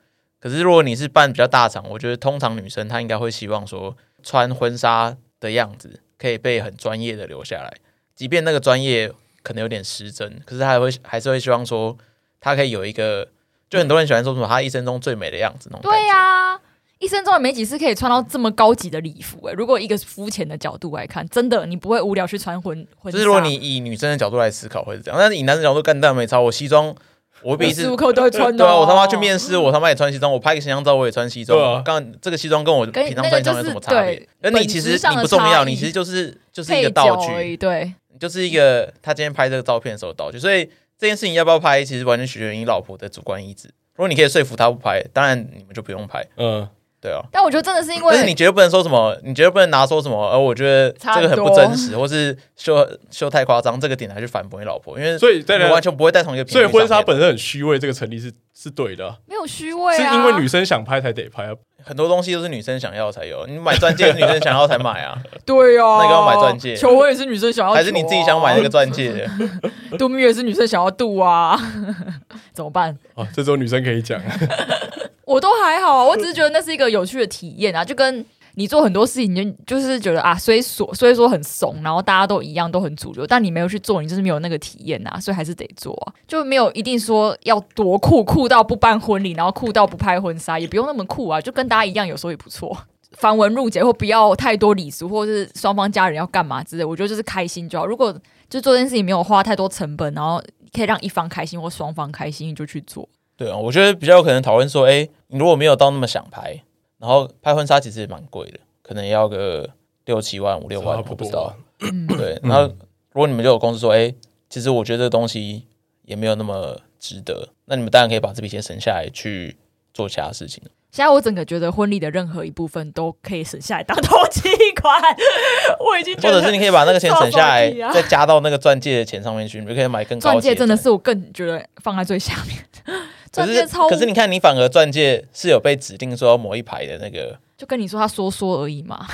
Speaker 1: 可是如果你是办比较大场，我觉得通常女生她应该会希望说穿婚纱的样子可以被很专业的留下来，即便那个专业可能有点失真，可是她还会还是会希望说她可以有一个，就很多人喜欢说什么她一生中最美的样子那种感觉。
Speaker 3: 对啊呀、一生中也没几次可以穿到这么高级的礼服、欸，如果一个肤浅的角度来看，真的你不会无聊去穿婚婚纱，
Speaker 1: 就是如果你以女生的角度来思考会是这样，但是以男生角度干蛋没差，我西装我
Speaker 3: 无
Speaker 1: 必是
Speaker 3: 时无刻都会穿的、
Speaker 1: 对
Speaker 3: 哦，
Speaker 1: 啊，我他妈去面试，我他妈也穿西装，我拍个形象照我也穿西装。
Speaker 2: 对啊
Speaker 1: 刚这个西装跟我
Speaker 3: 跟
Speaker 1: 平常穿西装有什么差别？
Speaker 3: 那
Speaker 1: 而
Speaker 3: 个就是对
Speaker 1: 你其实
Speaker 3: 本质上
Speaker 1: 你
Speaker 3: 的
Speaker 1: 不重
Speaker 3: 差
Speaker 1: 要，
Speaker 3: 异
Speaker 1: 你其实就是就是一
Speaker 3: 配
Speaker 1: 个
Speaker 3: 角
Speaker 1: 道
Speaker 3: 而
Speaker 1: 具，
Speaker 3: 已，对，
Speaker 1: 就是一个他今天拍这个照片的时候的道具。所以这件事情要不要拍，其实完全取决于你老婆的主观意志。如果你可以说服他不拍，当然你们就不用拍，
Speaker 2: 嗯，
Speaker 1: 对啊。
Speaker 3: 但我觉得真的是因
Speaker 1: 但是你
Speaker 3: 为
Speaker 1: 绝对不能说什么，你绝对不能拿说什么，呃，我觉得这个很不真实，或是修修太夸张，这个点来去反驳你老婆，因为
Speaker 2: 所以再
Speaker 1: 你们
Speaker 2: 来
Speaker 1: 完全不会在同一个频
Speaker 2: 所
Speaker 1: 率
Speaker 2: 以
Speaker 1: 上面。
Speaker 2: 婚纱本身很虚伪，这个成立是是对的啊、
Speaker 3: 没有虚伪
Speaker 2: 是
Speaker 3: 啊，
Speaker 2: 因为女生想拍才得拍啊。
Speaker 1: 很多东西都是女生想要才有，你买钻戒是女生想要才买
Speaker 3: <laughs>
Speaker 1: 啊，
Speaker 3: 对啊，
Speaker 1: 那个要买钻戒
Speaker 3: 求婚也是女生想要、啊
Speaker 1: 还是你自己想买
Speaker 3: <laughs>
Speaker 1: 那个，钻戒？ <laughs>
Speaker 3: 度蜜月是女生想要度啊， <laughs> 怎么办？
Speaker 2: 啊，这种女生可以讲，啊
Speaker 3: 我都还好啊，我只是觉得那是一个有趣的体验啊，就跟你做很多事情，你就就是觉得啊，虽所虽说很怂，然后大家都一样都很主流，但你没有去做，你就是没有那个体验啊，所以还是得做啊，就没有一定说要多酷，酷到不办婚礼，然后酷到不拍婚纱，也不用那么酷啊，就跟大家一样，有时候也不错。繁文缛节或不要太多礼俗，或是双方家人要干嘛之类，我觉得就是开心就好。如果就做这件事情没有花太多成本，然后可以让一方开心或双方开心，你就去做。
Speaker 1: 对啊，我觉得比较有可能讨论说，哎、你如果没有到那么想拍，然后拍婚纱其实也蛮贵的，可能要个六七万、五六万，
Speaker 2: 差
Speaker 1: 啊我
Speaker 2: 不多啊
Speaker 1: 不知道。
Speaker 3: 嗯
Speaker 1: 对，然后如果你们就有公司说，哎、其实我觉得这东西也没有那么值得，那你们当然可以把这笔钱省下来去做其他事情。
Speaker 3: 现在我整个觉得婚礼的任何一部分都可以省下来当投期款，我已经
Speaker 1: 或
Speaker 3: 觉
Speaker 1: 者是
Speaker 3: 得
Speaker 1: 你可以把那个钱省下来
Speaker 3: <laughs> 造手机啊，
Speaker 1: 再加到那个钻戒的钱上面去，你就可以买更高
Speaker 3: 钻戒真的
Speaker 1: 钻
Speaker 3: 是我更觉得放在最下面，钻
Speaker 1: 可是
Speaker 3: 戒超
Speaker 1: 可是你看，你反而钻戒是有被指定说要某一排的那
Speaker 3: <laughs>
Speaker 1: 个，
Speaker 3: 就跟你说他说说而已嘛，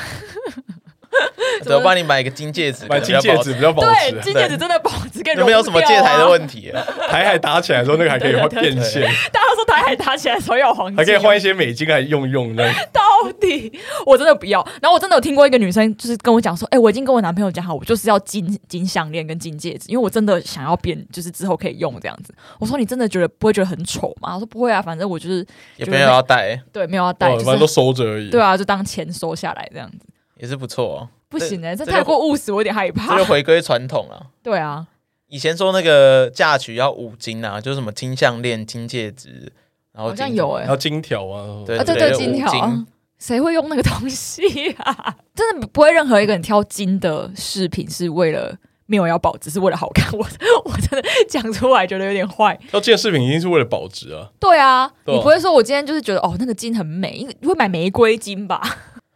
Speaker 1: 对，我帮你买一个金戒指，
Speaker 2: 买
Speaker 1: 可能比
Speaker 2: 金
Speaker 1: 较
Speaker 2: 戒
Speaker 1: 保
Speaker 2: 指比较保值
Speaker 3: 对，
Speaker 2: 啊。
Speaker 3: 金戒指真的保值跟
Speaker 1: 那没有什么戒台的问题
Speaker 3: <laughs>
Speaker 1: 啊。
Speaker 2: 台海打起来的时候，那个还可以换变现，
Speaker 3: 题，大家说台海打起来的时候要黄金，
Speaker 2: 还可以换一些美金来用用这样。
Speaker 3: 到底，我真的不要。然后我真的有听过一个女生，就是跟我讲说，哎、我已经跟我男朋友讲好，我就是要金金项链跟金戒指，因为我真的想要变，就是之后可以用这样子。我说你真的觉得不会觉得很丑吗？她说不会啊，反正我就是
Speaker 1: 也没有要戴，
Speaker 3: 对没有要戴，
Speaker 2: 哦
Speaker 3: 就
Speaker 2: 反正都
Speaker 3: 是
Speaker 2: 收着而已。
Speaker 3: 对啊，就当钱收下来这样子。
Speaker 1: 也是不错、
Speaker 3: <laughs>
Speaker 1: 哦。
Speaker 3: 不行哎、这
Speaker 1: 这就
Speaker 3: 太过务实，我有点害怕
Speaker 1: 这就。回归传统啊。
Speaker 3: 对啊，
Speaker 1: 以前说那个嫁娶要五金啊，就是什么金项链、金戒指，然后
Speaker 3: 好
Speaker 1: 金
Speaker 3: 像有哎、
Speaker 2: 然后金条啊，
Speaker 1: 对
Speaker 3: 啊，对
Speaker 1: 对
Speaker 3: 对，金
Speaker 1: 五
Speaker 3: 条
Speaker 1: 金。
Speaker 3: 谁会用那个东西啊？ <laughs> 真的不会任何一个人挑金的饰品是为了没有要保值，是为了好看。 <laughs> 我我真的讲出来觉得有点坏。
Speaker 2: 要见饰品一定是为了保值啊。
Speaker 3: 对啊，
Speaker 2: 对啊
Speaker 3: 你不会说我今天就是觉得哦那个金很美，因为你会买玫瑰金 <laughs> 吧？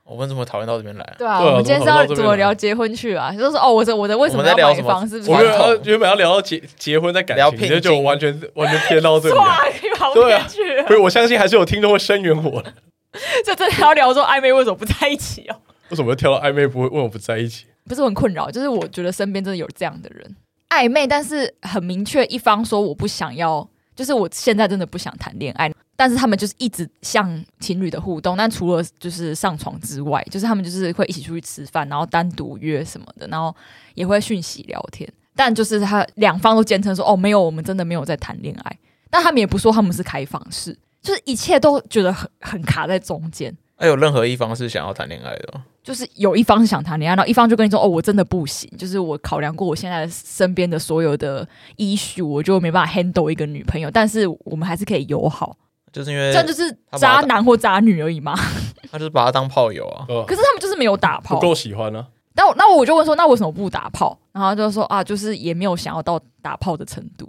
Speaker 1: 我们怎么讨论到这边来啊、
Speaker 3: 对啊，
Speaker 2: 对啊
Speaker 3: 我们今天是要
Speaker 2: 怎么跑到这边
Speaker 3: 怎么
Speaker 2: 来
Speaker 3: 聊结婚去啊？就是哦，我这我的为什
Speaker 1: 我
Speaker 3: 么
Speaker 1: 们在
Speaker 3: 要
Speaker 1: 聊
Speaker 3: 买
Speaker 1: 什么
Speaker 3: 房是不是
Speaker 2: 我
Speaker 1: 们
Speaker 2: 原
Speaker 1: 传统
Speaker 2: 本原本要聊到结结婚在感
Speaker 1: 聊聘
Speaker 2: 情，这就
Speaker 1: 金
Speaker 2: 完全完全偏到这里啊。
Speaker 3: <laughs> 哇，你跑不
Speaker 2: 对啊
Speaker 3: 去了
Speaker 2: 所以，我相信还是有听众会声援我的。
Speaker 3: <laughs> 就真的要聊说暧昧为什么不在一起哦？
Speaker 2: 为什么挑到暧昧不会？为什么不在一起？
Speaker 3: <laughs> 不是我很困扰，就是我觉得身边真的有这样的人，暧昧，但是很明确一方说我不想要，就是我现在真的不想谈恋爱，但是他们就是一直像情侣的互动，但除了就是上床之外，就是他们就是会一起出去吃饭，然后单独约什么的，然后也会讯息聊天，但就是他两方都坚称说哦没有，我们真的没有在谈恋爱，但他们也不说他们是开放式，就是一切都觉得很很卡在中间。
Speaker 1: 还哎有任何一方是想要谈恋爱的哦吗？
Speaker 3: 就是有一方是想谈恋爱，然后一方就跟你说：“哦，我真的不行，就是我考量过我现在身边的所有的 issue，我就没办法 handle 一个女朋友，但是我们还是可以友好。”
Speaker 1: 就是因为
Speaker 3: 这样就是
Speaker 1: 他把
Speaker 3: 渣
Speaker 1: 他
Speaker 3: 男或渣女而已嘛。
Speaker 1: 呃他就是把他当炮友啊，
Speaker 2: 呃
Speaker 3: 可，是他们就是没有打
Speaker 2: 不
Speaker 3: 炮。
Speaker 2: 够喜欢啊呢。
Speaker 3: 但我那我就问说：“那为什么不打炮？”然后他就说：“啊，就是也没有想要到打炮的程度。”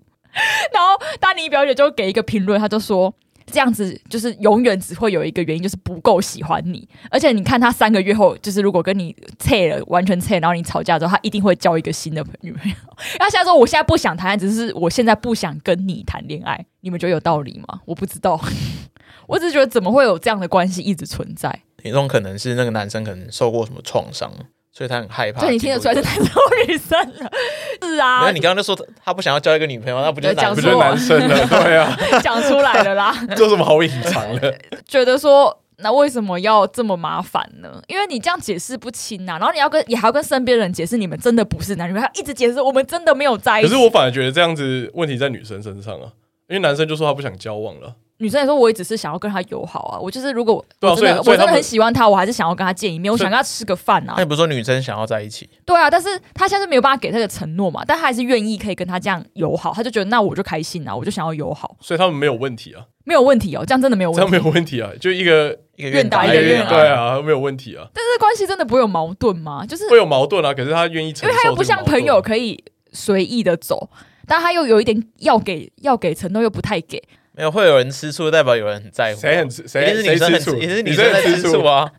Speaker 3: <laughs> 然后丹尼表姐就给一个评论，她就说。这样子就是永远只会有一个原因，就是不够喜欢你。而且你看他三个月后，就是如果跟你切了，完全切，然后你吵架之后，他一定会交一个新的女朋友。 <laughs> 他现在说我现在不想谈恋爱，只是我现在不想跟你谈恋爱。你们觉得有道理吗？我不知道， <laughs> 我只是觉得怎么会有这样的关系一直存在？
Speaker 1: 有一种可能是那个男生可能受过什么创伤，所以他很害怕。
Speaker 3: 就你听得出来是
Speaker 1: 进入
Speaker 3: <laughs> 男生或女生了， <laughs> 是啊，
Speaker 1: 没有，你刚刚就说他他不想要交一个女朋友，那不就是
Speaker 3: 对讲
Speaker 1: 男
Speaker 2: 不
Speaker 1: 生
Speaker 2: 就是男生
Speaker 3: 说 <laughs>
Speaker 2: 的？对啊，
Speaker 3: 讲出来了啦，
Speaker 2: <laughs> 这有什么好隐藏
Speaker 3: <laughs>
Speaker 2: 的？
Speaker 3: 觉得说。那为什么要这么麻烦呢？因为你这样解释不清啊，然后你要跟也还要跟身边人解释，你们真的不是男女朋友，还要一直解释我们真的没有在一
Speaker 2: 可
Speaker 3: 起。
Speaker 2: 是我反而觉得这样子问题在女生身上啊，因为男生就说他不想交往了。
Speaker 3: 女生也说，我也只是想要跟他友好啊，我就是如果
Speaker 2: 对啊
Speaker 3: 我真的
Speaker 2: 所以所
Speaker 3: 我
Speaker 2: 以他
Speaker 3: 真的
Speaker 2: 们
Speaker 3: 很喜欢他，我还是想要跟他见一面，我
Speaker 2: 所以嗯
Speaker 3: 想跟他吃个饭啊
Speaker 1: 那。你不是说女生想要在一起？
Speaker 3: 对啊，但是他现在是没有办法给他的承诺嘛，但他还是愿意可以跟他这样友好，他就觉得那我就开心啊，我就想要友好，
Speaker 2: 所以他们没有问题啊，
Speaker 3: 没有问题哦，这样真的没有
Speaker 2: 这
Speaker 3: 问
Speaker 2: 样没
Speaker 3: 题。
Speaker 2: 有问题啊，就一个
Speaker 1: 一个
Speaker 3: 愿打一个愿挨
Speaker 2: 对，啊，没有问题啊，
Speaker 3: 但是关系真的不会有矛盾吗？就是
Speaker 2: 会有矛盾啊，可是他愿意承
Speaker 3: 因
Speaker 2: 受，
Speaker 3: 为他又不像朋友，可以随意的走，但他又有一点要给要给承诺又不太给，
Speaker 1: 没有会有人吃醋，代表有人很在乎啊。
Speaker 2: 谁很吃？
Speaker 1: 一定
Speaker 2: 谁
Speaker 1: 是
Speaker 2: 谁
Speaker 1: 女生
Speaker 2: 吃
Speaker 1: 很
Speaker 2: 醋？
Speaker 1: 也是女生在吃醋
Speaker 2: 啊！
Speaker 1: 啊。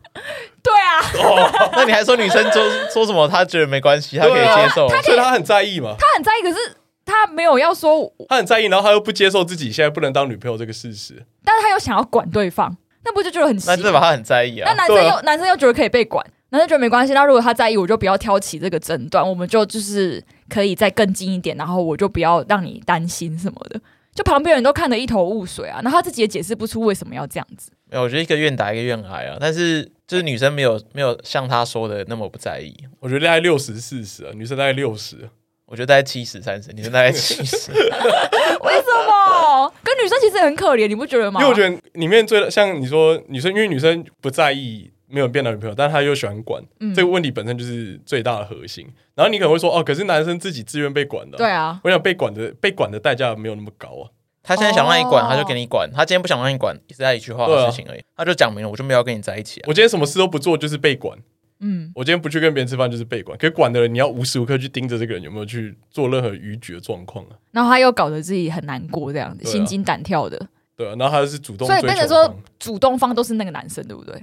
Speaker 3: 对啊，
Speaker 1: 那你还说女生说说什么？她觉得没关系，她可以
Speaker 2: 对啊
Speaker 1: 接受。
Speaker 2: 所以他很在意嘛，
Speaker 3: 他很在意，可是他没有要说我，
Speaker 2: 他很在意，然后他又不接受自己现在不能当女朋友这个事实。
Speaker 3: 但是他又想要管对方，那不就觉得很奇
Speaker 1: 那代
Speaker 3: 怪？
Speaker 1: 表她很在意
Speaker 3: 那
Speaker 1: 啊。
Speaker 3: 男生
Speaker 2: 对
Speaker 3: 又、
Speaker 2: 啊
Speaker 3: 男生又觉得可以被管，男生觉得没关系。那如果他在意，我就不要挑起这个争端，我们就就是可以再更近一点，然后我就不要让你担心什么的。就旁边人都看得一头雾水啊，然后他自己也解释不出为什么要这样
Speaker 2: <laughs>
Speaker 3: 子。
Speaker 1: 没有，我觉得一个愿打一个愿挨啊。但是就是女生没有没有像她说的那么不在意。
Speaker 2: 我觉得大概六十四十啊，女生大概六十，
Speaker 1: 我觉得大概七十三十，女生大
Speaker 2: <laughs>
Speaker 1: 概七十。
Speaker 3: 为什么？跟女生其实也很可怜，你不觉得吗？
Speaker 2: 因为我觉得里面最像你说女生，因为女生不在意没有变男女朋友，但她又喜欢管，
Speaker 3: 嗯
Speaker 2: 这个问题本身就是最大的核心。然后你可能会说哦，可是男生自己自愿被管的啊、
Speaker 3: 对啊，
Speaker 2: 我想被管的被管的代价没有那么高啊。
Speaker 1: 她现在想让你管，
Speaker 3: 哦
Speaker 1: 她就给你管；她今天不想让你管，也是她一句话
Speaker 2: 啊
Speaker 1: 的事情而已。她就讲明了，我就没有要跟你在一起啊。
Speaker 2: 我今天什么事都不做就是被管，
Speaker 3: 嗯，
Speaker 2: 我今天不去跟别人吃饭就是被管。可是管的人你要无时无刻去盯着这个人有没有去做任何逾矩的状况啊，
Speaker 3: 然后他又搞得自己很难过，这样子、
Speaker 2: 对啊
Speaker 3: 心惊胆跳的，
Speaker 2: 对啊。然后他是主动
Speaker 3: 所
Speaker 2: 追
Speaker 3: 以
Speaker 2: 求
Speaker 3: 变
Speaker 2: 方，
Speaker 3: 成说主动方都是那个男生，对不对？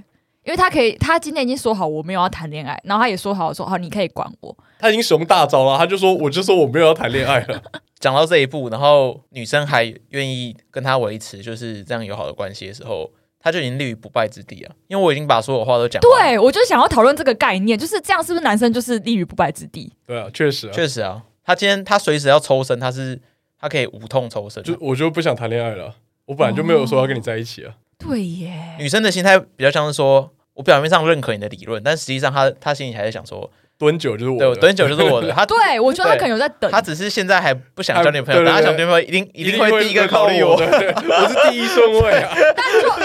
Speaker 3: 因为他可以，他今天已经说好我没有要谈恋爱，然后他也说好说好你可以管我，
Speaker 2: 他已经使用大招了，他就说我就说我没有要谈恋爱了，
Speaker 1: 讲到这一步，然后女生还愿意跟他维持就是这样友好的关系的时候，他就已经立于不败之地啊！因为我已经把所有话都讲完了，
Speaker 3: 对，我就想要讨论这个概念，就是这样，是不是男生就是立于不败之地？
Speaker 2: 对啊，确实啊，
Speaker 1: 确实啊，他今天他随时要抽身，他是他可以无痛抽身啊、
Speaker 2: 就我就不想谈恋爱了，啊我本来就没有说要跟你在一起啊。
Speaker 3: 对耶，
Speaker 1: 女生的心态比较像是说，我表面上认可你的理论，但实际上她她心里还是想说，
Speaker 2: 蹲久就是我
Speaker 1: 对
Speaker 2: 的，
Speaker 1: 我蹲久就是我
Speaker 2: <laughs>
Speaker 1: 的，她
Speaker 3: 对我觉得他可能有在等，
Speaker 1: 她只是现在还不想交女朋友，
Speaker 2: 哎对对
Speaker 1: 但她想
Speaker 2: 对
Speaker 1: 女朋友一定一定
Speaker 2: 会
Speaker 1: 会第一个考虑
Speaker 2: 我
Speaker 1: 我。
Speaker 2: 的，对我是第一顺位
Speaker 1: <laughs>
Speaker 2: 啊。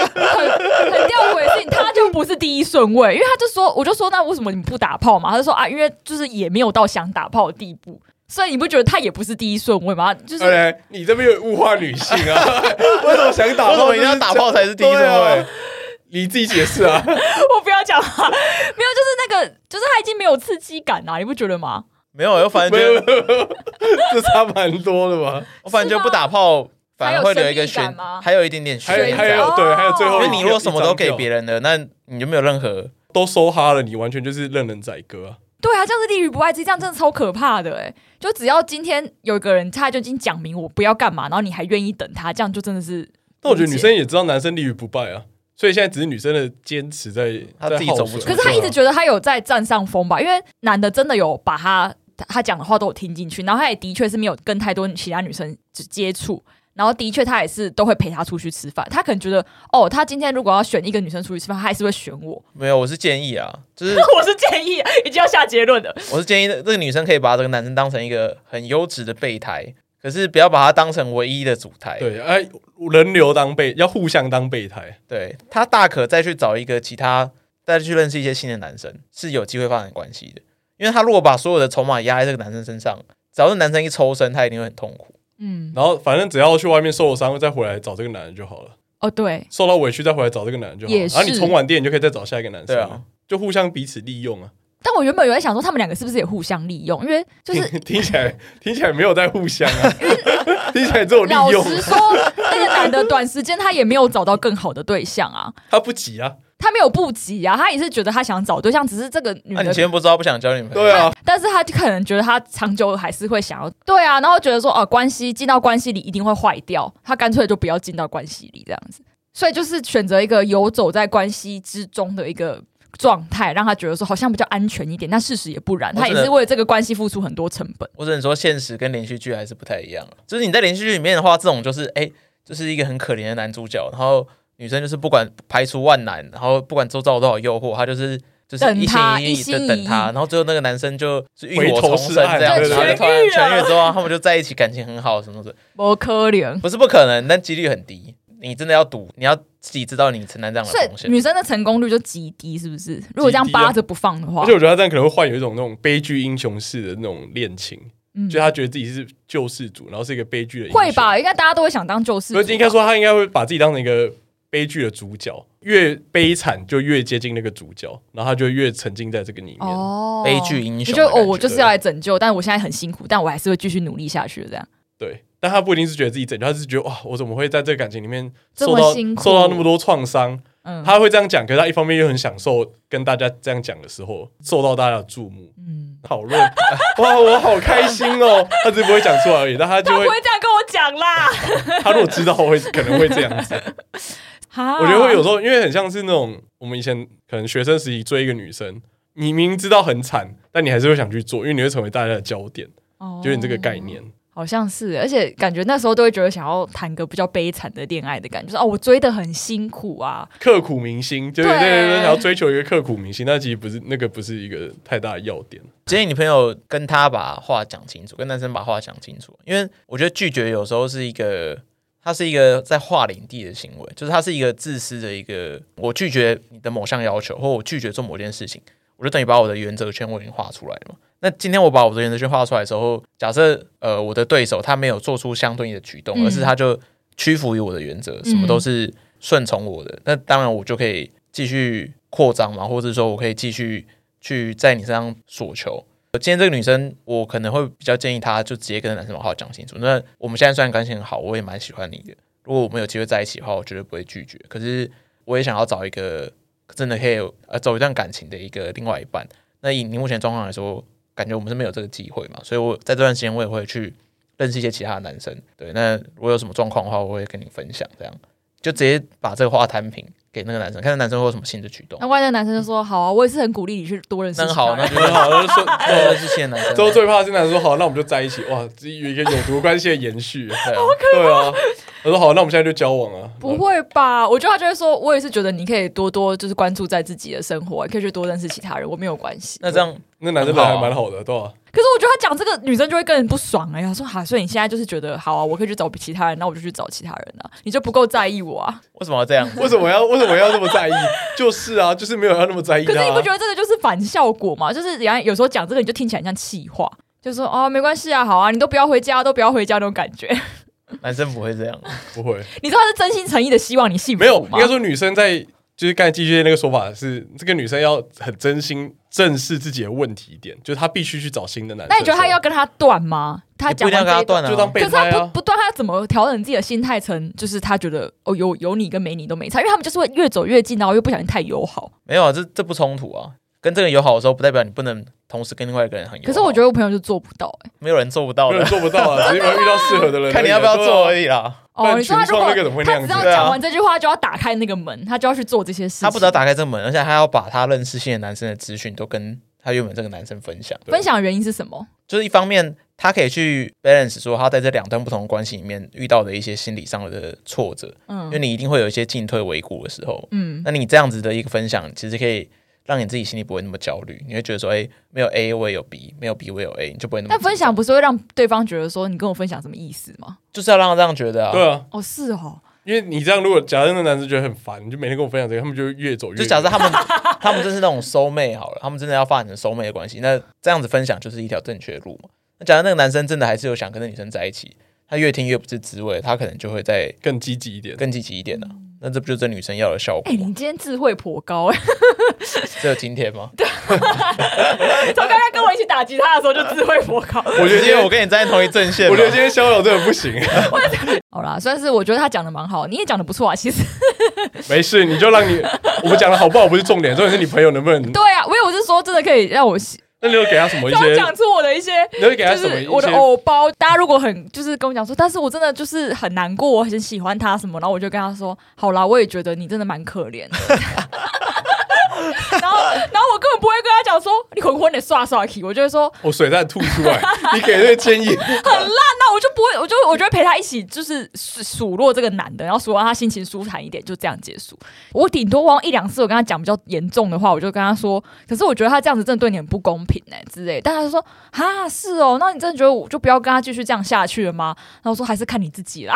Speaker 3: 很很吊诡的事情，他就不是第一顺位，因为他就说，我就说那为什么你不打炮嘛？他就说啊，因为就是也没有到想打炮的地步，所以你不觉得他也不是第一顺位吗？就是
Speaker 2: 而且你这边有物化女性
Speaker 1: <laughs>
Speaker 2: 啊？为什么想打炮？
Speaker 1: 为什么一定要打炮才是第一顺位
Speaker 2: <laughs> 对啊？你自己解释啊！
Speaker 3: <laughs> 我不要讲话，没有，就是那个，就是他已经没有刺激感啊啦、你不觉得吗？
Speaker 1: 没有，我反正
Speaker 2: 没
Speaker 1: 觉
Speaker 2: 有，
Speaker 1: 得
Speaker 2: 没有没有 <laughs> 这差蛮多的吧？
Speaker 1: 我反正觉得不打炮，反而会留一个
Speaker 3: 还有神秘
Speaker 1: 悬
Speaker 3: 感吗，
Speaker 1: 还有一点点悬
Speaker 2: 还有
Speaker 1: 念
Speaker 2: 还
Speaker 1: 在。
Speaker 2: 有对，还有最
Speaker 1: 因
Speaker 2: 后一
Speaker 1: 为
Speaker 2: 条，
Speaker 1: 你如果什么都给
Speaker 2: 一
Speaker 1: 别
Speaker 2: 张
Speaker 1: 人的，那你就没有任何
Speaker 2: 票都收哈了，你完全就是任人宰割啊！
Speaker 3: 对啊，这样是立于不败之地，这样真的超可怕的哎、就只要今天有一个人，他就已经讲明我不要干嘛，然后你还愿意等他，这样就真的是。
Speaker 2: 但我觉得女生也知道男生立于不败啊，所以现在只是女生的坚持在
Speaker 1: 她自己走不出
Speaker 3: 可是他一直
Speaker 2: 啊
Speaker 3: 觉得他有在占上风吧，因为男的真的有把他他讲的话都有听进去，然后他也的确是没有跟太多其他女生接触，然后的确他也是都会陪她出去吃饭，他可能觉得哦，他今天如果要选一个女生出去吃饭，他还是会选我。
Speaker 1: 没有。我是建议啊，就是
Speaker 3: <laughs>
Speaker 1: <laughs>
Speaker 3: 我是建议已经要下结论了，
Speaker 1: 我是建议这个女生可以把这个男生当成一个很优质的备胎，可是不要把他当成唯一的主胎。
Speaker 2: 对，哎，轮流当备，要互相当备胎。
Speaker 1: 对，他大可再去找一个其他，再去认识一些新的男生，是有机会发展关系的。因为他如果把所有的筹码压在这个男生身上，只要是男生一抽身，他一定会很痛苦。
Speaker 3: 嗯，
Speaker 2: 然后反正只要去外面受了伤，再回来找这个男人就好了。
Speaker 3: 哦对，
Speaker 2: 受到委屈再回来找这个男人就好了。
Speaker 3: 也是
Speaker 2: 然后你充完电，你就可以再找下一个男生、
Speaker 1: 对啊
Speaker 2: 就互相彼此利用啊。
Speaker 3: 但我原本有在想说他们两个是不是也互相利用，因为
Speaker 1: <laughs>
Speaker 3: 就是
Speaker 2: 听听起来听起来没有在互相
Speaker 3: <laughs>
Speaker 2: 啊，听起来只有利
Speaker 3: 老
Speaker 2: 用。啊
Speaker 3: 实说，那个男的短时间他也没有找到更好的对象啊，
Speaker 2: 他不急啊，
Speaker 3: 他没有不急啊，他也是觉得他想找对象，只是这个女
Speaker 1: 那、啊你
Speaker 3: 的
Speaker 1: 前面不知道不想交女朋友，
Speaker 2: 对啊，
Speaker 3: 但是他可能觉得他长久还是会想要对啊，然后觉得说哦、关系进到关系里一定会坏掉，他干脆就不要进到关系里这样子，所以就是选择一个游走在关系之中的一个状态，让他觉得说好像比较安全一点，但事实也不然，
Speaker 1: 我
Speaker 3: 他
Speaker 1: 真的
Speaker 3: 也是为了这个关系付出很多成本。
Speaker 1: 我只能说现实跟连续剧还是不太一样。啊就是你在连续剧里面的话，这种就是哎、就是一个很可怜的男主角，然后女生就是不管排除万难，然后不管周遭有多少诱惑，她就是。就是
Speaker 3: 等
Speaker 1: 一
Speaker 3: 他
Speaker 1: 心一
Speaker 3: 一
Speaker 1: 意
Speaker 3: 心
Speaker 1: 的
Speaker 3: 一
Speaker 1: 等
Speaker 3: 意
Speaker 1: 他，然后最后那个男生就是浴火
Speaker 2: 回头
Speaker 1: 重
Speaker 2: 是
Speaker 1: 生
Speaker 2: 岸
Speaker 1: 这样
Speaker 3: 对
Speaker 1: 子，然后就突然
Speaker 3: 痊愈了
Speaker 1: 痊愈之后，他们就在一起，感情很好，什么什么的，
Speaker 3: 我可怜，
Speaker 1: 不是不可能，但几率很低。你真的要赌，你要自己知道你承担这样的
Speaker 3: 所
Speaker 1: 风
Speaker 3: 以
Speaker 1: 险。
Speaker 3: 女生的成功率就极低，是不是？如果这样
Speaker 2: 极低啊
Speaker 3: 扒着不放的话
Speaker 2: 而且，我觉得他这样可能会患有一种那种悲剧英雄式的那种恋情，
Speaker 3: 嗯
Speaker 2: 就他觉得自己是救世主，然后是一个悲剧的英雄
Speaker 3: 会？吧？应该大家都会想当救世
Speaker 2: 所以
Speaker 3: 主
Speaker 2: 应。该说他应该会把自己当成一个悲剧的主角，越悲惨就越接近那个主角，然后他就越沉浸在这个里面。
Speaker 3: 哦
Speaker 1: 悲剧英雄
Speaker 3: 你
Speaker 1: 的
Speaker 3: 就
Speaker 1: 感觉，
Speaker 3: 哦，我就是要来拯救，但我现在很辛苦，但我还是会继续努力下去的。这样
Speaker 2: 对，但他不一定是觉得自己拯救，他是觉得哇，我怎么会在这个感情里面
Speaker 3: 这
Speaker 2: 受
Speaker 3: 么
Speaker 2: 到
Speaker 3: 辛苦
Speaker 2: 受到那么多创伤？
Speaker 3: 嗯
Speaker 2: 他会这样讲，可是他一方面又很享受跟大家这样讲的时候，受到大家的注目
Speaker 3: 嗯，
Speaker 2: 讨论。 <laughs> 哇，我好开心哦！他只是不会讲出来而已，但他就
Speaker 3: 他不
Speaker 2: 会，
Speaker 3: 会这样跟我讲
Speaker 2: <laughs>
Speaker 3: 啦。
Speaker 2: 他如果知道会嗯可能会这样 <laughs> 子。
Speaker 3: 我
Speaker 2: 我觉得会有时候，因为很像是那种我们以前可能学生时期追一个女生，你明知道很惨，但你还是会想去做，因为你会成为大家的焦点，
Speaker 3: 候
Speaker 2: 就是你这个概念。
Speaker 3: 哦好像是，而且感觉那时候都会觉得想要谈个比较悲惨的恋爱的感觉，就是哦，我追的很辛苦啊，
Speaker 2: 刻苦铭心，就是
Speaker 3: 对
Speaker 2: 对对对，想要追求一个刻苦铭心，但其实不是那个不是一个太大的要点。
Speaker 1: 建议你朋友跟他把话讲清楚，跟男生把话讲清楚，因为我觉得拒绝有时候是一个，它是一个在划领地的行为，就是它是一个自私的一个，我拒绝你的某项要求，或我拒绝做某件事情，我就等于把我的原则圈我已经画出来了嘛。那今天我把我的原则圈画出来的时候，假设呃我的对手他没有做出相对应的举动，
Speaker 3: 嗯
Speaker 1: 而是他就屈服于我的原则，什么都是顺从我的，那当然我就可以继续扩张嘛，或者说我可以继续去在你身上索求。今天这个女生，我可能会比较建议她就直接跟男生把话讲清楚。那我们现在虽然感情很好，我也蛮喜欢你的。如果我们有机会在一起的话，我绝对不会拒绝。可是我也想要找一个真的可以呃走一段感情的一个另外一半。那以你目前的状况来说，感觉我们是没有这个机会嘛，所以我在这段时间我也会去认识一些其他的男生。对，那如果有什么状况的话，我会跟你分享。这样就直接把这个话摊平给那个男生，看那男生会有什么新的举动
Speaker 3: 那。万一那男生就说好啊，我也是很鼓励你去多认识
Speaker 1: 那
Speaker 3: 其
Speaker 1: 很
Speaker 3: 他
Speaker 1: 好，那
Speaker 3: 人。
Speaker 1: 就
Speaker 2: 然后
Speaker 1: 是
Speaker 2: 好像说，
Speaker 1: 认识新的男生。
Speaker 2: 之后最怕的是男生说好，那我们就在一起，哇，这有一个有毒关系的延
Speaker 3: <laughs>
Speaker 2: 续。
Speaker 1: 对啊
Speaker 2: 对啊，我说好，那我们现在就交往啊。
Speaker 1: 哦
Speaker 3: 不会吧？我觉得他就会说，我也是觉得你可以多多就是关注在自己的生活，可以去多认识其他人，我没有关系。
Speaker 1: 那这样
Speaker 2: 那男生人还蛮好的，对吧？
Speaker 3: 可是我觉得他讲这个，女生就会更不爽哎、欸。她说：“哈、所以你现在就是觉得好啊，我可以去找其他人，那我就去找其他人啊，你就不够在意我啊。
Speaker 1: 为什么要这样？
Speaker 2: 为什么要为什么要那么在意？ <laughs> 就是啊，就是没有要那么在意
Speaker 3: 可
Speaker 2: 他
Speaker 3: 是你不
Speaker 2: 啊。
Speaker 3: 觉得这个就是反效果吗？就是人家有时候讲这个，你就听起来很像气话，就说哦没关系啊，好啊，你都不要回家，都不要回家那种感觉。 <laughs>
Speaker 1: 男生不会这样，
Speaker 2: 不会，
Speaker 3: 你知道他是真心诚意的希望你幸福
Speaker 2: 没有，应
Speaker 3: 吗
Speaker 2: 该？说女生在就是刚才继续的那个说法是，这个女生要很真心正视自己的问题点，就是她必须去找新的男生。
Speaker 3: 那你觉得他要跟他断吗？他
Speaker 1: 也不
Speaker 3: 讲
Speaker 1: 一定要跟
Speaker 3: 完这
Speaker 1: 他
Speaker 3: 一段，
Speaker 1: 断啊。
Speaker 2: 就当备
Speaker 3: 可是他
Speaker 2: 胎
Speaker 3: 不
Speaker 2: 啊？
Speaker 3: 不断，他怎么调整自己的心态成就是他觉得哦有有你跟没你都没差，因为他们就是会越走越近，然后又不小心太友好。
Speaker 1: 没有啊，这这不冲突啊。跟这个友好的时候，不代表你不能同时跟另外一个人很友好。啊
Speaker 3: 可是我觉得我朋友就做不到哎、
Speaker 1: 没有人做不到
Speaker 2: 有人
Speaker 1: 的，
Speaker 2: 做不到啊，只是没有遇到适合的人而已啊。
Speaker 1: 看你要不要做而
Speaker 2: 对啊。
Speaker 1: 已啦。
Speaker 2: 不然
Speaker 3: 哦，你说他如
Speaker 2: 群创
Speaker 3: 果
Speaker 2: 那个怎么会那
Speaker 3: 他
Speaker 2: 样
Speaker 3: 只
Speaker 2: 子
Speaker 3: 要
Speaker 1: 对啊
Speaker 3: 讲完这句话就要打开那个门，他就要去做这些事情。
Speaker 1: 他不只要打开这门，而且他要把他认识新的男生的资讯都跟他原本这个男生分享。
Speaker 3: 分享的原因是什么？
Speaker 1: 就是一方面，他可以去 balance 说他在这两段不同的关系里面遇到的一些心理上的挫折，因为
Speaker 3: 嗯
Speaker 1: 你一定会有一些进退维谷的时候。
Speaker 3: 嗯，
Speaker 1: 那你这样子的一个分享，其实可以让你自己心里不会那么焦虑，你会觉得说，哎、没有 A 我也有 B，没有 B 我也有 A，你就不会那么紧张。
Speaker 3: 但分享不是会让对方觉得说你跟我分享什么意思吗？
Speaker 1: 就是要让他这样觉得啊。
Speaker 2: 对啊，
Speaker 3: 哦，是哦，
Speaker 2: 因为你这样，如果假设那男生觉得很烦，你就每天跟我分享这个，他们就会越走越。
Speaker 1: 就假设他们他们真是那种收妹好了，他们真的要发展成收妹的关系，那这样子分享就是一条正确的路嘛。那假如那个男生真的还是有想跟那女生在一起，他越听越不是滋味，他可能就会再
Speaker 2: 更积极一点，
Speaker 1: 更积极一点呢、那这不就是这女生要的效
Speaker 3: 哎、
Speaker 1: 果
Speaker 3: 你
Speaker 1: 吗？
Speaker 3: 今天智慧颇高哎、
Speaker 1: 只有今天吗？
Speaker 3: <laughs> 从刚刚跟我一起打吉他的时候就智慧颇高。 <laughs>
Speaker 2: 我觉
Speaker 1: 今
Speaker 2: 得今
Speaker 1: 天
Speaker 2: 天
Speaker 1: 我跟你站在同一阵线吗，
Speaker 2: 我觉得今天逍遥真的
Speaker 1: <laughs>
Speaker 2: 不行，
Speaker 3: 好啦，算是我觉得他讲的蛮好，你也讲的不错啊，其实。 <laughs>
Speaker 2: 没事，你就让你我们讲的好不好不是重点，重点是你朋友能不能，
Speaker 3: 对啊，因为我是说真的可以让我
Speaker 2: 那你有给他什么一
Speaker 3: 让我
Speaker 2: 些，
Speaker 3: 讲出我的一些，
Speaker 2: 你会给他
Speaker 3: 就
Speaker 2: 什么一
Speaker 3: 是
Speaker 2: 些
Speaker 3: 我的偶包。大家如果很就是跟我讲说，但是我真的就是很难过，我很喜欢他什么，然后我就跟他说，好啦，我也觉得你真的蛮可怜
Speaker 2: <laughs>
Speaker 3: 的。然后，然后我根本不会跟他讲说你混混的刷刷去，我就会说
Speaker 2: 我水在吐出来，你给这个建议，
Speaker 3: 很烂，那我就不会，我就我就会陪他一起，就是数数落这个男的，然后数落他心情舒坦一点，就这样结束。我顶多忘一两次，我跟他讲比较严重的话，我就跟他说，可是我觉得他这样子真的对你很不公平哎、之类的。但他就说哈是哦，那你真的觉得我就不要跟他继续这样下去了吗？然后我说还是看你自己啦，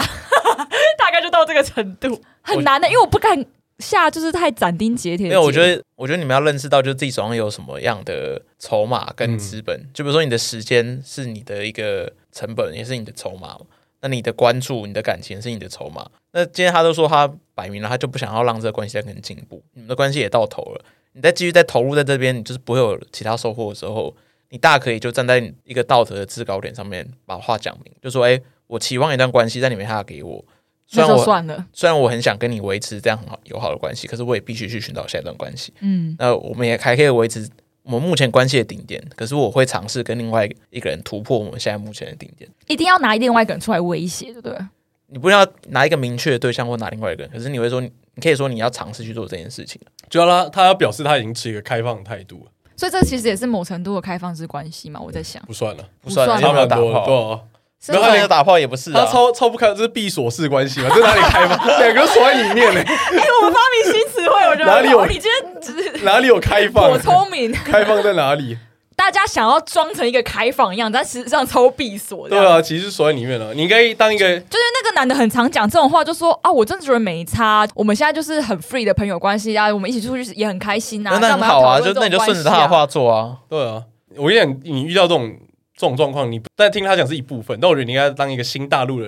Speaker 3: 大概就到这个程度，很难的、因为我不敢下就是太斩钉截铁
Speaker 1: 没
Speaker 3: 的结论。
Speaker 1: 有，我觉得，我觉得你们要认识到，就是自己手上有什么样的筹码跟资本。就比如说，你的时间是你的一个成本，也是你的筹码嘛。那你的关注、你的感情是你的筹码。那今天他都说他摆明了，他就不想要让这个关系再更进步，你们的关系也到头了。你再继续再投入在这边，你就是不会有其他收获的时候，你大可以就站在一个道德的制高点上面把话讲明，就说：“哎、我期望一段关系，但你没办法给我。虽
Speaker 3: 那
Speaker 1: 然
Speaker 3: 就
Speaker 1: 我
Speaker 3: 算了，
Speaker 1: 虽然我很想跟你维持这样很好友好的关系，可是我也必须去寻找下一段关系。
Speaker 3: 嗯，
Speaker 1: 那我们也还可以维持我们目前关系的顶点，可是我会尝试跟另外一个人突破我们现在目前的顶点。
Speaker 3: 一定要拿另外一个人出来威胁，对不对？
Speaker 1: 你不要拿一个明确的对象或拿另外一个人，可是你会说，你可以说你要尝试去做这件事情。
Speaker 2: 就要他他要表示他已经持一个开放的态度了，
Speaker 3: 所以这其实也是某程度的开放式关系嘛。我在想，
Speaker 2: 不算
Speaker 1: <laughs>
Speaker 2: 了，
Speaker 1: 不算
Speaker 3: 不算
Speaker 1: 因为
Speaker 2: 差
Speaker 1: 没有
Speaker 2: 蛮
Speaker 1: 打
Speaker 2: 多了，对
Speaker 1: 炮，
Speaker 2: 啊
Speaker 3: 是
Speaker 1: 没有
Speaker 2: 没有
Speaker 1: 没有打炮也不是啊
Speaker 2: 他。超超不开，这是闭锁式关系嘛？这哪里开放？ <laughs> 两个锁在里
Speaker 1: <laughs>
Speaker 2: 面呢，
Speaker 3: 哎我们发明新词汇，我觉
Speaker 2: 得哪里有
Speaker 3: 你今天只是 <laughs>
Speaker 2: 哪里有开放
Speaker 3: 我？聪明， <laughs>
Speaker 2: 开放在哪里？
Speaker 3: 大家想要装成一个开放一样，但实际上超闭锁的。
Speaker 2: 对啊，其实锁在里面了。你应该当一个
Speaker 3: 就是那个男的很常讲这种话，就说啊，我真的觉得没差，我们现在就是很 free 的朋友关系啊，我们一起出去也很开心啊，
Speaker 1: 那那
Speaker 3: 干
Speaker 1: 很
Speaker 3: 嘛要
Speaker 1: 好
Speaker 3: 讨
Speaker 1: 啊，
Speaker 3: 论
Speaker 1: 就
Speaker 3: 这
Speaker 1: 那你
Speaker 3: 种
Speaker 1: 就顺着
Speaker 3: 关系
Speaker 1: 他
Speaker 3: 啊
Speaker 1: 的话做啊。
Speaker 2: 对啊，我跟你讲，你遇到这种这种状况，你但听他讲是一部分，但我觉得你应该当一个新大陆的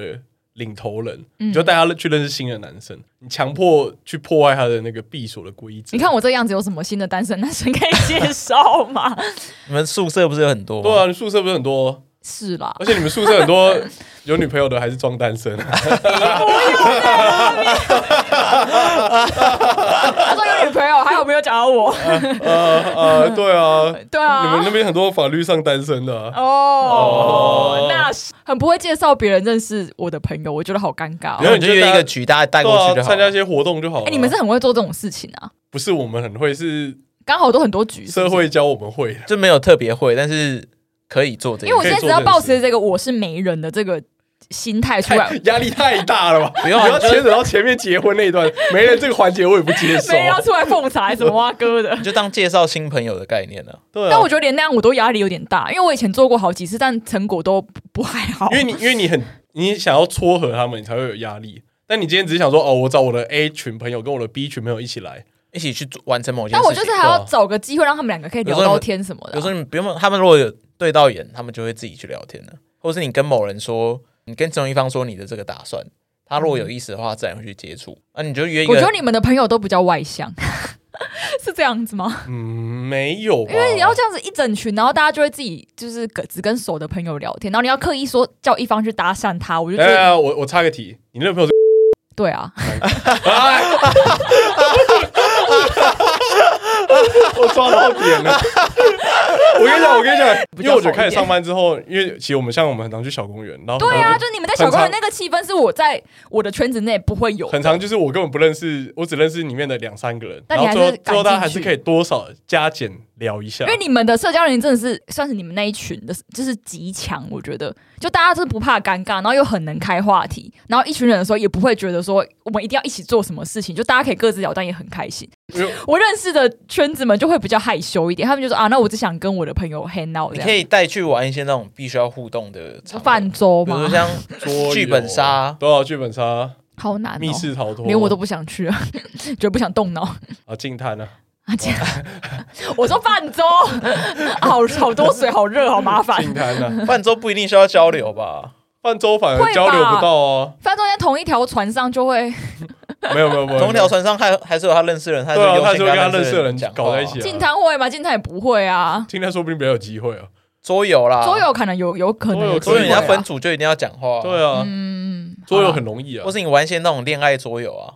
Speaker 2: 领头人，
Speaker 3: 嗯
Speaker 2: 你就带他去认识新的男生，你强迫去破坏他的那个闭锁的规则。
Speaker 3: 你看我这样子有什么新的单身男生可以介绍 <laughs> 吗？
Speaker 1: 你们宿舍不是有很多吗？
Speaker 2: 对啊，你宿舍不是很多，
Speaker 3: 是啦，
Speaker 2: 而且你们宿舍很
Speaker 3: <laughs>
Speaker 2: 多有女朋友的还是装单身，啊
Speaker 3: 他说有女朋友，还有没有讲到 <laughs> 我？
Speaker 2: 呃呃，对啊，你
Speaker 3: 对
Speaker 2: 们
Speaker 3: <laughs> 啊
Speaker 2: 那，边很多法律上单身的啊、
Speaker 3: 哦，那是很不会介绍别人认识我的朋友，我觉得好尴尬、
Speaker 1: 然
Speaker 2: 没
Speaker 3: 哦。
Speaker 1: 后
Speaker 2: 有
Speaker 1: 你就约一个局，大家带
Speaker 2: 对
Speaker 1: 过去
Speaker 2: 啊，
Speaker 1: 就好
Speaker 2: 参加一
Speaker 1: 了。
Speaker 2: 些活动就好了。啊
Speaker 3: 哎、你们是很会做这种事情啊，
Speaker 2: 不是我们很会，是
Speaker 3: 刚好都很多局是不
Speaker 2: 社
Speaker 3: 是
Speaker 2: 会教我们会的。
Speaker 1: 就没有特别会，但是可以做这
Speaker 3: 因为我
Speaker 1: 个
Speaker 3: 现
Speaker 1: 事。
Speaker 3: 在只要保持这个我是媒人的这个心态出来
Speaker 2: 太，压力太大
Speaker 3: <laughs>
Speaker 2: 了吧？
Speaker 1: 不用啊
Speaker 2: 你要
Speaker 1: 你就。
Speaker 2: 牵扯到前面结婚那一段，没人这个环节我也不接受
Speaker 3: 没人
Speaker 2: 啊、
Speaker 3: 要出来奉茶什么挖哥的
Speaker 1: <laughs> 就当介绍新朋友的概念呢、
Speaker 2: 对
Speaker 3: 但
Speaker 2: 啊
Speaker 3: 我，觉得连那样我都压力有点大，因为我以前做过好几次，但成果都不不还好。
Speaker 2: 因为你因为你很你想要撮合他们，你才会有压力。但你今天只是想说，哦，我找我的 A 群朋友跟我的 B 群朋友一起来，
Speaker 1: 一起去做完成某件
Speaker 3: 但
Speaker 1: 事情。
Speaker 3: 我就是还要找个机会让他们两个可以聊到天什么的
Speaker 1: 有时
Speaker 3: 啊。
Speaker 1: 候你不用，他们如果有对到眼，他们就会自己去聊天了。或是你跟某人说，你跟其中一方说你的这个打算，他如果有意思的话，自然会去接触。啊，你就约一个，
Speaker 3: 嗯我觉得你们的朋友都比较外向， <laughs> 是这样子吗？
Speaker 2: 嗯，没有吧，
Speaker 3: 因为你要这样子一整群，然后大家就会自己就是跟只跟熟的朋友聊天，然后你要刻意说叫一方去搭讪他，我就觉
Speaker 2: 哎。哎，
Speaker 3: 得
Speaker 2: 哎我我插个题，你那个朋友是
Speaker 3: 对啊， <laughs>
Speaker 2: 我抓到点了。 <laughs> 我跟你讲，我跟你讲，
Speaker 3: 比
Speaker 2: 因为
Speaker 3: 较好一点
Speaker 2: 我觉得开始上班之后，因为其实我们像我们很常去小公园，然后
Speaker 3: 对啊，
Speaker 2: 很常
Speaker 3: 就你们在小公园
Speaker 2: 很
Speaker 3: 那个气氛是我在我的圈子内不会有的，
Speaker 2: 很长，就是我根本不认识，我只认识里面的两三个人，
Speaker 3: 但
Speaker 2: 然
Speaker 3: 你
Speaker 2: 后
Speaker 3: 还
Speaker 2: 最
Speaker 3: 是
Speaker 2: 后最后大家还
Speaker 3: 赶进去
Speaker 2: 是可以多少加减聊一下
Speaker 3: 因。为你们的社交能力真的是算是你们那一群的，就是极强。我觉得，就大家就是不怕尴尬，然后又很能开话题，然后一群人的时候也不会觉得说我们一定要一起做什么事情，就大家可以各自聊，但也很开心
Speaker 2: 因为。
Speaker 3: 我认识的圈子们就会比较害羞一点，他们就说啊，那我只想跟我的朋友 hang out
Speaker 1: 你
Speaker 3: 这
Speaker 1: 可
Speaker 3: 样。
Speaker 1: 以带去玩一些那种必须要互动的场合
Speaker 3: 泛舟
Speaker 1: 比如说
Speaker 3: 嘛，
Speaker 1: 像 <laughs>
Speaker 2: 桌游
Speaker 1: 剧本杀，
Speaker 2: 多少
Speaker 3: <laughs>
Speaker 2: 啊剧本杀、
Speaker 3: 好难
Speaker 2: 密
Speaker 3: 哦，
Speaker 2: 室逃脱，
Speaker 3: 连我都不想去了，啊 <laughs> 觉得不想动脑
Speaker 2: 啊惊叹啊，
Speaker 3: 啊！这样， <laughs> 我说泛舟，好好多水，好热，好麻 <laughs> 烦。
Speaker 2: 惊叹啊！
Speaker 1: 泛舟不一定需要交流吧？ <laughs>
Speaker 2: 泛舟反
Speaker 3: 会吧
Speaker 2: 而交流不到哦，
Speaker 3: 泛舟在同一条船上就会
Speaker 2: 没有没有没有，
Speaker 1: 同一条船上还还是有他认识的人，他
Speaker 2: 对啊
Speaker 1: 优
Speaker 2: 他
Speaker 1: 先
Speaker 2: 是
Speaker 1: 跟
Speaker 2: 会
Speaker 1: 他
Speaker 2: 跟他认识的人
Speaker 1: 讲
Speaker 2: 搞在
Speaker 1: 话
Speaker 2: 一起啊
Speaker 3: 进摊会吗？进摊也不会啊。
Speaker 2: 今天说不定比较有机会哦。
Speaker 1: 桌游啦，
Speaker 3: 桌游可能有有可能有机
Speaker 1: 所
Speaker 3: 会
Speaker 1: 以
Speaker 3: 啊，
Speaker 1: 人家分组就一定要讲话，
Speaker 2: 对啊，
Speaker 3: 嗯，
Speaker 2: 桌游
Speaker 3: 好啦
Speaker 2: 很容易啊
Speaker 1: 或，是你玩一些那种恋爱桌游啊，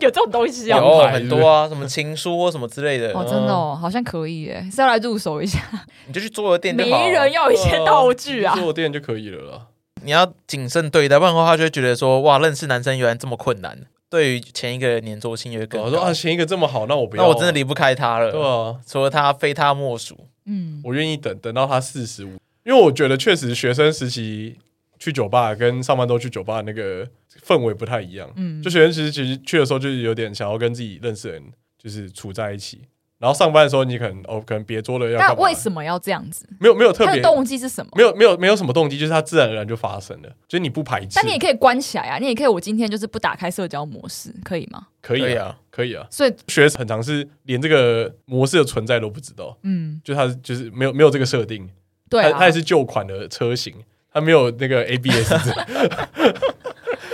Speaker 3: 有这种东西啊。
Speaker 1: 有
Speaker 2: 羊排
Speaker 1: 很多啊，什么情书或什么之类的，
Speaker 3: 哦，真的哦，好像可以诶，是要来入手一下。
Speaker 1: 你就去桌游店就
Speaker 3: 每
Speaker 1: 好啊。
Speaker 3: 一人要有一些道具啊，
Speaker 2: 坐垫就可以了啦。
Speaker 1: 你要谨慎对待，不然的话他就会觉得说，哇，认识男生原来这么困难。对于前一个粘着性也会更高
Speaker 2: 我说啊，前一个这么好，那我不要，啊
Speaker 1: 那我真的离不开他
Speaker 2: 对
Speaker 1: 了，
Speaker 2: 啊，
Speaker 1: 除了他非他莫属。
Speaker 3: 嗯，
Speaker 2: 我愿意等等到他四十五，因为我觉得确实学生时期去酒吧跟上班都去酒吧那个氛围不太一样。
Speaker 3: 嗯
Speaker 2: 就学生时期其实去的时候就是有点想要跟自己认识的人就是处在一起，然后上班的时候你可能哦可能别桌了要干
Speaker 3: 那
Speaker 2: 嘛？
Speaker 3: 为什么要这样子？
Speaker 2: 没有没有特
Speaker 3: 他
Speaker 2: 别
Speaker 3: 的动机是什么？
Speaker 2: 没有没有没有什么动机，就是它自然而然就发生了，就是你不排斥
Speaker 3: 但，你也可以关起来啊，你也可以，我今天就是不打开社交模式，可以吗？
Speaker 2: 可以
Speaker 1: 对
Speaker 2: 啊
Speaker 1: 啊
Speaker 2: 可以啊。
Speaker 3: 所以，
Speaker 2: 学很常是连这个模式的存在都不知道，
Speaker 3: 嗯，
Speaker 2: 就它就是没有没有这个设定，
Speaker 3: 对
Speaker 2: 它它
Speaker 3: 啊
Speaker 2: 也，是旧款的车型，它没有那个 ABS，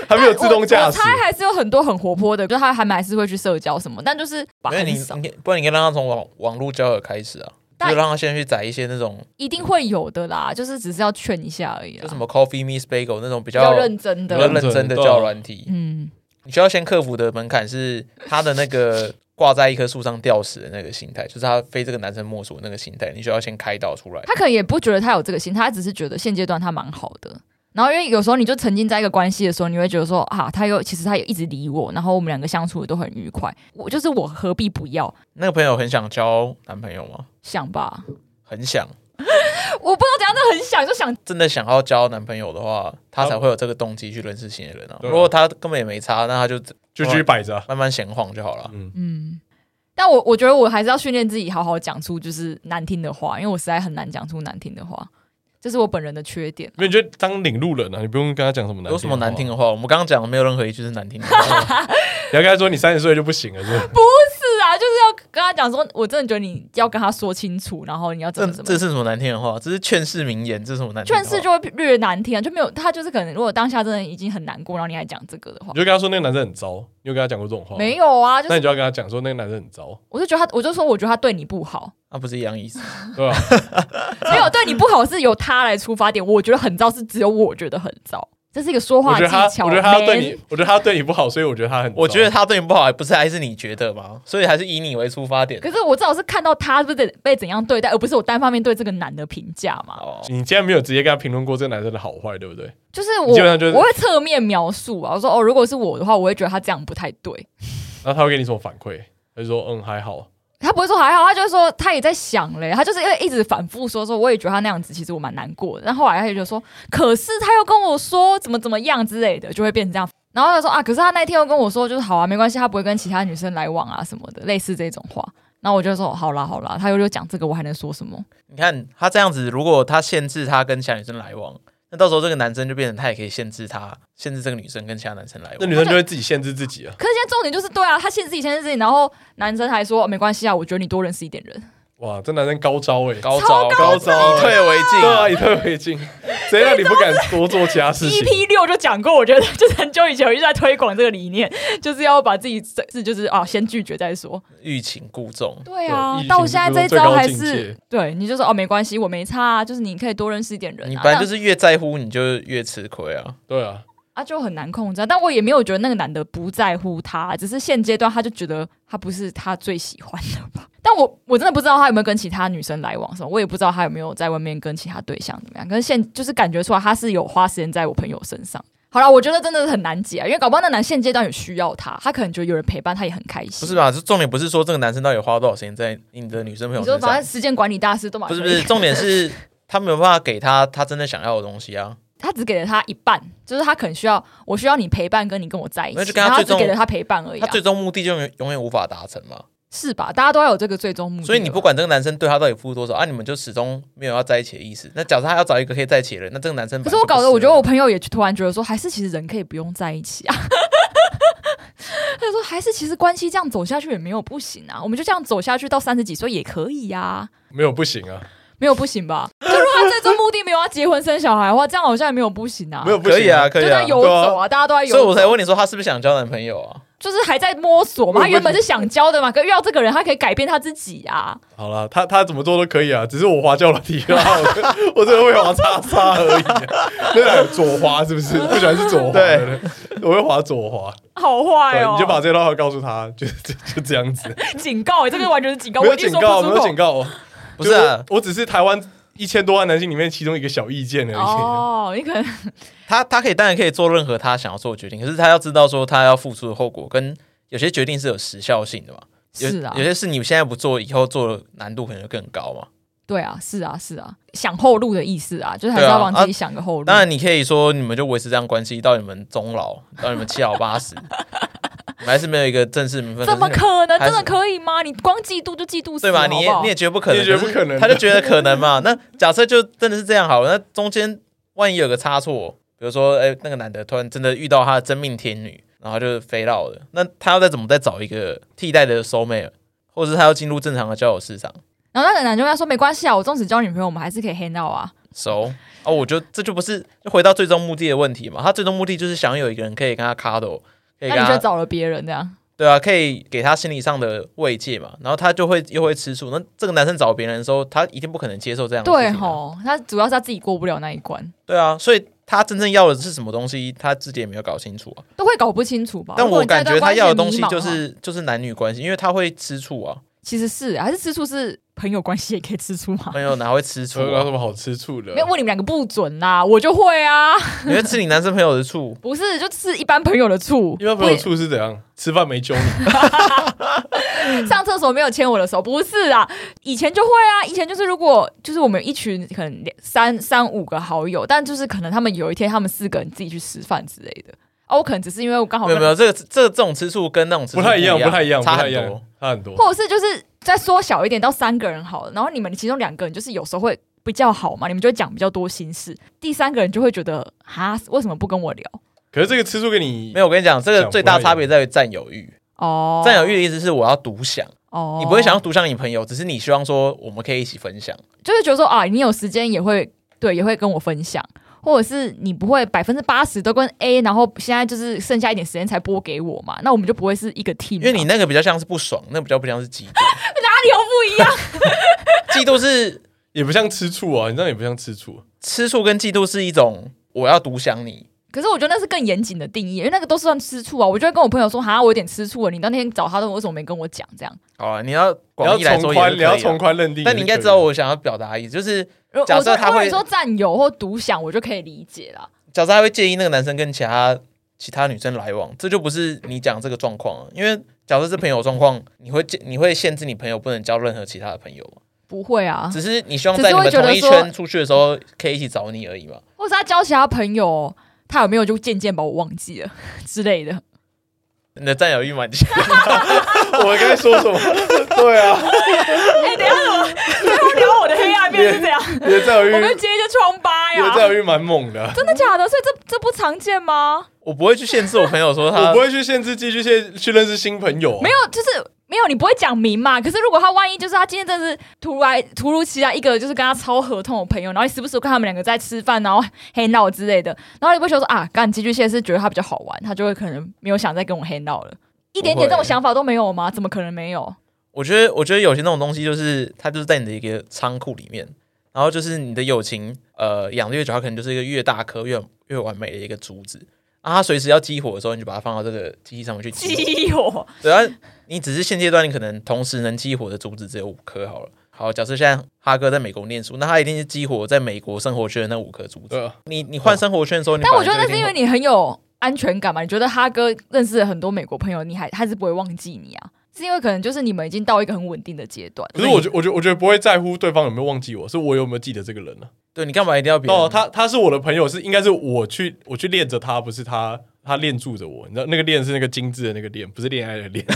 Speaker 2: 它没有自动
Speaker 3: 我
Speaker 2: 驾
Speaker 3: 哎我
Speaker 2: 驶
Speaker 3: 猜。还是有很多很活泼的，就是他还蛮还是会去社交什么，但就是把
Speaker 1: 因为
Speaker 3: 很
Speaker 1: 你
Speaker 3: 少。
Speaker 1: 你不然你跟他从网网络交友开始啊，
Speaker 3: 但
Speaker 1: 就让他先去载一些那种
Speaker 3: 一定会有的啦，就是只是要劝一下而已
Speaker 1: 就
Speaker 3: 啦
Speaker 1: 什。么 Coffee Meets Bagel 那种比
Speaker 3: 比较
Speaker 1: 较
Speaker 3: 认真
Speaker 1: 比较
Speaker 3: 的，
Speaker 1: 认真的教软体，
Speaker 3: 嗯，
Speaker 1: 你需要先克服的门槛是他的那个挂在一棵树上吊死的那个心态，就是他非这个男生莫属的那个心态，你需要先开导出来。
Speaker 3: 他可能也不觉得他有这个心，他只是觉得现阶段他蛮好的。然后因为有时候你就沉浸在一个关系的时候，你会觉得说啊，他又其实他也一直理我，然后我们两个相处的都很愉快，我就是我何必不要
Speaker 1: 那个朋友很想交男朋友吗？
Speaker 3: 想吧？ <laughs>
Speaker 1: 很想，
Speaker 3: 我不知道怎样，就很想就想
Speaker 1: 真的想要交男朋友的话，他才会有这个动机去认识新的人啊。
Speaker 2: 对啊
Speaker 1: 如果他根本也没差，那他就
Speaker 2: 就继续摆着啊。
Speaker 1: 慢慢闲晃就好了。
Speaker 2: 嗯，
Speaker 3: 嗯，但我我觉得我还是要训练自己，好好讲出就是难听的话，因为我实在很难讲出难听的话，这是我本人的缺点。
Speaker 2: 因为你就当领路人啊，你不用跟他讲什么难，
Speaker 1: 有什么难听？的话？我们刚刚讲的没有任何一句是难听的话。
Speaker 2: 你要跟他说你三十岁就不行了，是不是？
Speaker 3: 是啊，就是要跟他讲说，我真的觉得你要跟他说清楚，然后你要怎
Speaker 1: 这
Speaker 3: 么怎
Speaker 1: 这
Speaker 3: 么。
Speaker 1: 是什么难听的话？这是劝世名言，这是什么难听的
Speaker 3: 劝
Speaker 1: 话？
Speaker 3: 世就会略难听啊，就没有他就是可能，如果当下真的已经很难过，然后你还讲这个的话
Speaker 2: 你，就跟他说那个男生很糟，你有跟他讲过这种话？
Speaker 3: 没。有啊，就
Speaker 2: 那
Speaker 3: 是
Speaker 2: 你就要跟他讲说那个男生很糟，
Speaker 3: 我就觉得他，我就说我觉得他对你不好，
Speaker 1: 那不是一样意思？
Speaker 2: 对吧？
Speaker 3: 没有对你不好是由他来出发点，我觉得很糟是只有我觉得很糟，这是一个说
Speaker 2: 我
Speaker 3: <laughs> 话
Speaker 2: 觉
Speaker 3: 技
Speaker 2: 得他，
Speaker 3: 巧。
Speaker 2: 我觉得他对
Speaker 3: man
Speaker 2: 你，我觉得他对你不好，所以我觉得他很糟。
Speaker 1: 我觉得他对你不好，还不是还是你觉得吗？所以还是以你为出发点。
Speaker 3: 可是我至少是看到他被被怎样对待，而不是我单方面对这个男的评价嘛。
Speaker 1: 哦，
Speaker 2: 你竟然没有直接跟他评论过这个男生的好坏，对不对？
Speaker 3: 就是
Speaker 2: 你
Speaker 3: 我
Speaker 2: 基本上就是
Speaker 3: 我会侧面描述啊，我说哦，如果是我的话，我会觉得他这样不太对。
Speaker 2: 然后他会给你什么反馈？他就说嗯还好，
Speaker 3: 他不会说还好，他就会说他也在想嘞，他就是因为一直反复说说，我也觉得他那样子其实我蛮难过的。然后后来他就觉得说，可是他又跟我说怎么怎么样之类的，就会变成这样。然后他说啊，可是他那天又跟我说，就是好啊，没关系，他不会跟其他女生来往啊什么的，类似这种话。然后我就说好啦好啦，他又又讲这个，我还能说什么？
Speaker 1: 你看他这样子，如果他限制他跟其他女生来往，那到时候这个男生就变成他也可以限制他，限制这个女生跟其他男生来
Speaker 2: 那
Speaker 1: 往。
Speaker 2: 女生就会自己限制自己啊。
Speaker 3: 可是现在重点就是，对啊，他限制自己，限制自己，然后男生还说、哦没关系啊，我觉得你多认识一点人，
Speaker 2: 哇，这男生高招哎、
Speaker 1: 高招，
Speaker 2: 高招
Speaker 1: 以退为进。
Speaker 2: 对啊，以退为进，谁让你不敢多做其他事情？
Speaker 3: EP 六就讲过，我觉得就是很久以前我就在推广这个理念，就是要把自己是就是啊，先拒绝再说。
Speaker 1: 欲擒故纵，
Speaker 2: 对
Speaker 3: 对啊
Speaker 2: 疫，情
Speaker 3: 到我现在这一
Speaker 2: 最高
Speaker 3: 招还
Speaker 2: 境
Speaker 3: 是
Speaker 2: 界
Speaker 3: 对，你就说哦，没关系，我没差、啊，就是你可以多认识一点人、啊。
Speaker 1: 你本来
Speaker 3: 这
Speaker 1: 就
Speaker 3: 样
Speaker 1: 是越在乎，你就越吃亏啊。
Speaker 2: 对啊，
Speaker 3: 啊，就很难控制、啊。但我也没有觉得那个男的不在乎他，只是现阶段他就觉得他不是他最喜欢的吧。但我我真的不知道他有没有跟其他女生来往什么，我也不知道他有没有在外面跟其他对象怎么样。可是现就是感觉出来他是有花时间在我朋友身上。好了，我觉得真的是很难解啊，因为搞不好那男现阶段有需要他，他可能觉得有人陪伴，他也很开心。
Speaker 1: 不是吧？这重点不是说这个男生到底花多少时间在你的女生朋友
Speaker 3: 你说
Speaker 1: 身
Speaker 3: 反正
Speaker 1: 上，
Speaker 3: 时间管理大师都嘛，
Speaker 1: 不是不是，重点是他没有办法给他他真的想要的东西啊。
Speaker 3: 他只给了他一半，就是他可能需要我需要你陪伴，跟你跟我在一
Speaker 1: 那就
Speaker 3: 起，
Speaker 1: 跟他
Speaker 3: 然后他
Speaker 1: 最
Speaker 3: 只
Speaker 1: 终
Speaker 3: 给了他陪伴而已、
Speaker 1: 他
Speaker 3: 啊，
Speaker 1: 最终目的就永远永远无法达成嘛。
Speaker 3: 是吧？大家都要有这个最终目的吧，
Speaker 1: 所以你不管这个男生对他到底付出多少啊，你们就始终没有要在一起的意思。那假设他要找一个可以在一起的人，那这个男生
Speaker 3: 可
Speaker 1: 本
Speaker 3: 是
Speaker 1: 来
Speaker 3: 我
Speaker 1: 就不
Speaker 3: 搞得，我
Speaker 1: 适
Speaker 3: 觉
Speaker 1: 合
Speaker 3: 得我朋友也突然觉得说，还是其实人可以不用在一起啊。 <laughs> 他就说，还是其实关系这样走下去也没有不行啊，我们就这样走下去到三十几岁也可以呀、
Speaker 2: 没有不行啊，
Speaker 3: 没有不行吧？就如果他最终目的没有要结婚生小孩的话，这样好像也没有不行啊。
Speaker 2: 没有不
Speaker 1: 可以
Speaker 2: 行
Speaker 1: 啊，，可
Speaker 3: 就
Speaker 1: 以
Speaker 3: 在
Speaker 1: 啊。
Speaker 3: 游走啊，大家都在游
Speaker 1: 所以
Speaker 3: 走，
Speaker 1: 我才问你说他是不是想交男朋友啊？
Speaker 3: 就是还在摸索嘛。他原本是想交的嘛，可遇到这个人，他可以改变他自己啊。
Speaker 2: 好啦，他他怎么做都可以啊，只是我滑教了题啦，我我真的会滑叉叉而已、啊。那个左滑是不是？不喜欢是左滑，
Speaker 1: 对
Speaker 2: 对不对，我会滑左滑。
Speaker 3: 好坏
Speaker 2: 对，啊
Speaker 3: 哦！
Speaker 2: 你就把这段话告诉他，就就就这样子，
Speaker 3: <laughs> 警告、欸，这个完全是警告，
Speaker 2: 没
Speaker 3: 我
Speaker 2: 有
Speaker 3: 已经
Speaker 2: 警
Speaker 3: 说
Speaker 2: 告，没
Speaker 3: 不出
Speaker 2: 有
Speaker 3: 口
Speaker 2: 警告，
Speaker 1: 不是啊，
Speaker 2: 就我只是台湾一千多万男性里面其中一个小意见而已。 <laughs>
Speaker 3: 哦，你可能
Speaker 1: 他他可以当然可以做任何他想要做的决定，可是他要知道说他要付出的后果跟有些决定是有时效性的嘛。有
Speaker 3: 是啊
Speaker 1: 有，些事你现在不做，以后做的难度可能就更高嘛。
Speaker 3: 对啊，是啊，是啊，想后路的意思啊，就是还是
Speaker 1: 对啊
Speaker 3: 要帮自己想个后路。
Speaker 1: 当然，你可以说你们就维持这样关系到你们终老，到你们七老八十， <laughs> 你们还是没有一个正式名分。
Speaker 3: 怎么
Speaker 1: 可是
Speaker 3: 可能？
Speaker 1: 还是
Speaker 3: 真的可以吗？你光嫉妒就嫉妒死
Speaker 1: <laughs> 对
Speaker 3: 了，
Speaker 1: 吧？你也
Speaker 3: 啊好不好
Speaker 1: 哎你也觉得不可能，
Speaker 2: 你也觉得不可能
Speaker 1: 是他就觉得可能嘛。 <laughs> 那假设就真的是这样好了，那中间万一有个差错，比如说，哎，那个男的突然真的遇到他的真命天女，然后就飞到了，那他要再怎么再找一个替代的 soul mate，或者是他要进入正常的交友市场，
Speaker 3: 然后那个男就跟他说：“没关系啊，我纵使交女朋友，我们还是可以 hang out 啊。
Speaker 1: 熟哦，我觉得这就不是就回到最终目的的问题嘛。他最终目的就是想有一个人可以跟他 cuddle，可”以
Speaker 3: 那
Speaker 1: 跟
Speaker 3: 你就
Speaker 1: 他
Speaker 3: 找了别人这样，
Speaker 1: 对啊，可以给他心理上的慰藉嘛，然后他就会又会吃醋。那这个男生找别人的时候，他一定不可能接受这样的事
Speaker 3: 对
Speaker 1: 情啊、
Speaker 3: 吼，他主要是他自己过不了那一关，
Speaker 1: 对啊，所以他真正要的是什么东西，他自己也没有搞清楚啊。
Speaker 3: 都会搞不清楚吧？
Speaker 1: 但
Speaker 3: 哦如果
Speaker 1: 我
Speaker 3: 你
Speaker 1: 感
Speaker 3: 在一
Speaker 1: 觉
Speaker 3: 段
Speaker 1: 他
Speaker 3: 关系
Speaker 1: 要的
Speaker 3: 很
Speaker 1: 东西
Speaker 3: 迷茫啊
Speaker 1: 就
Speaker 3: 话
Speaker 1: 是就是男女关系，因为他会吃醋啊，
Speaker 3: 其实是还是吃醋是朋友关系也可以吃醋吗？
Speaker 1: 朋友哪会吃醋
Speaker 2: 所以 <laughs> 有什
Speaker 1: 啊？
Speaker 2: 么好吃醋的
Speaker 3: 没？有问你们两个不准啦，我就会啊，
Speaker 1: 你会吃你男生朋友的醋？
Speaker 3: 不是就是一般朋友的醋，
Speaker 2: 因为朋友
Speaker 3: 不
Speaker 2: 醋是怎样？吃饭没揪你，
Speaker 3: 是 <laughs> 上厕所没有牵我的手，不是啊，以前就会啊，以前就是如果就是我们有一群可能两三三五个好友，但就是可能他们有一天他们四个人自己去吃饭之类的，啊，我可能只是因为我刚好
Speaker 1: 没有
Speaker 3: 跟
Speaker 1: 没有，这个这这种吃醋跟那种吃醋
Speaker 2: 不太一样，不太一样，
Speaker 1: 差
Speaker 2: 不太
Speaker 1: 很
Speaker 2: 一
Speaker 1: 多
Speaker 2: 样。，差很多。
Speaker 3: 或者是就是再缩小一点到三个人好了，然后你们其中两个人就是有时候会比较好嘛，你们就会讲比较多心事，第三个人就会觉得哈，为什么不跟我聊？
Speaker 2: 可是这个吃醋跟你
Speaker 1: 没有，我跟你讲，这
Speaker 2: 讲
Speaker 1: 个
Speaker 2: 不
Speaker 1: 最大
Speaker 2: 太一样
Speaker 1: 差别在于占有欲。
Speaker 3: 哦，
Speaker 1: 占有欲的意思是我要独享，
Speaker 3: 哦，
Speaker 1: 你不会想要独享你朋友，只是你希望说我们可以一起分享。
Speaker 3: 就是觉得说啊，你有时间也会对，也会跟我分享，或者是你不会百分之八十都跟 A，然后现在就是剩下一点时间才拨给我嘛，那我们就不会是一个 team，
Speaker 1: 因
Speaker 3: <laughs>
Speaker 1: 为你
Speaker 3: 嘛
Speaker 1: 那个比较像是不爽，那个比较不像是嫉妒。 <laughs>
Speaker 3: 哪里有不一样？
Speaker 1: 嫉妒是
Speaker 2: 也不像吃醋啊，你知道也不像吃醋，
Speaker 1: 吃醋跟嫉妒是一种我要独享你，
Speaker 3: 可是我觉得那是更严谨的定义，因为那个都算吃醋啊。我就会跟我朋友说，哈，我有点吃醋了，你那天找他的为什么没跟我讲？这样，
Speaker 1: 好啊，你要
Speaker 2: 你
Speaker 1: 广
Speaker 2: 要
Speaker 1: 义来说
Speaker 2: 从
Speaker 1: 也是可
Speaker 2: 宽，
Speaker 1: 以啊
Speaker 2: 你要
Speaker 1: 的
Speaker 2: 从宽认定。
Speaker 1: 但你应该知道，我想要表达的意思，就是
Speaker 3: 如
Speaker 1: 假设
Speaker 3: 我就
Speaker 1: 他会
Speaker 3: 如果你说占有或独享，我就可以理解啦。
Speaker 1: 假设他会介意那个男生跟其他其他女生来往，这就不是你讲这个状况啊。因为假设是朋友状况，你会介你会限制你朋友不能交任何其他的朋友嘛，
Speaker 3: 不会啊，
Speaker 1: 只是你希望
Speaker 3: 只
Speaker 1: 在
Speaker 3: 是
Speaker 1: 你
Speaker 3: 会
Speaker 1: 们
Speaker 3: 觉得
Speaker 1: 同一
Speaker 3: 说
Speaker 1: 圈出去的时候可以一起找你而已嘛。
Speaker 3: 或是他交其他朋友，他有没有就渐渐把我忘记了之类的。
Speaker 1: 你的占有欲蛮强， <laughs>
Speaker 2: 我该说什么？对啊，
Speaker 3: <laughs> 哎、等一下怎么最后聊我的黑暗面是这样？
Speaker 2: 你的占有欲，
Speaker 3: 我们
Speaker 2: 你
Speaker 3: 接一些疮
Speaker 1: 啊
Speaker 3: 疤呀
Speaker 2: 的，占有欲蛮
Speaker 1: <laughs>
Speaker 2: 猛的。
Speaker 3: 真的假的？所以这这不常见吗？
Speaker 1: 我不会去限制我朋友说
Speaker 2: 我
Speaker 1: 他
Speaker 2: 不。会去限制继续去去认识新朋友啊，
Speaker 3: 没有，就是没有，你不会讲明嘛。可是如果他万一就是他今天真的是突然突如其来一个就是跟他超合同的朋友，然后你时不时看他们两个在吃饭，然后黑闹之类的，然后你不会想说啊，干寄居蟹是觉得他比较好玩，他就会可能没有想再跟我黑闹了。一点点这种想法都没有吗？怎么可能没有？
Speaker 1: 我觉得，我觉得有些那种东西，就是它就是在你的一个仓库里面，然后就是你的友情，呃，养的越久，它可能就是一个越大颗、越越完美的一个竹子啊。它随时要激火的时候，你就把它放到这个机器上面去激活。
Speaker 3: <laughs> 基友，
Speaker 1: 对啊，你只是现阶段你可能同时能激活的竹子只有五颗好了。好，假设现在哈哥在美国念书，那他一定是激活在美国生活圈的那五颗竹子。
Speaker 2: 对啊，
Speaker 1: 你你换生活圈的时候，你
Speaker 3: 哦但我
Speaker 1: 本
Speaker 3: 觉
Speaker 1: 来
Speaker 3: 得那
Speaker 1: 就是
Speaker 3: 因为你很有安全感嘛。你觉得哈哥认识了很多美国朋友，你还还是不会忘记你啊？是因为可能就是你们已经到一个很稳定的阶段。
Speaker 2: 可是我觉我觉我觉得不会在乎对方有没有忘记我，是我有没有记得这个人呢？啊
Speaker 1: 对你干嘛一定要别人？
Speaker 2: 哦，他他是我的朋友，是应该是我去我去恋着他，不是他他恋住着我。你知道那个恋是那个精致的那个恋，不是恋爱的恋。 <laughs>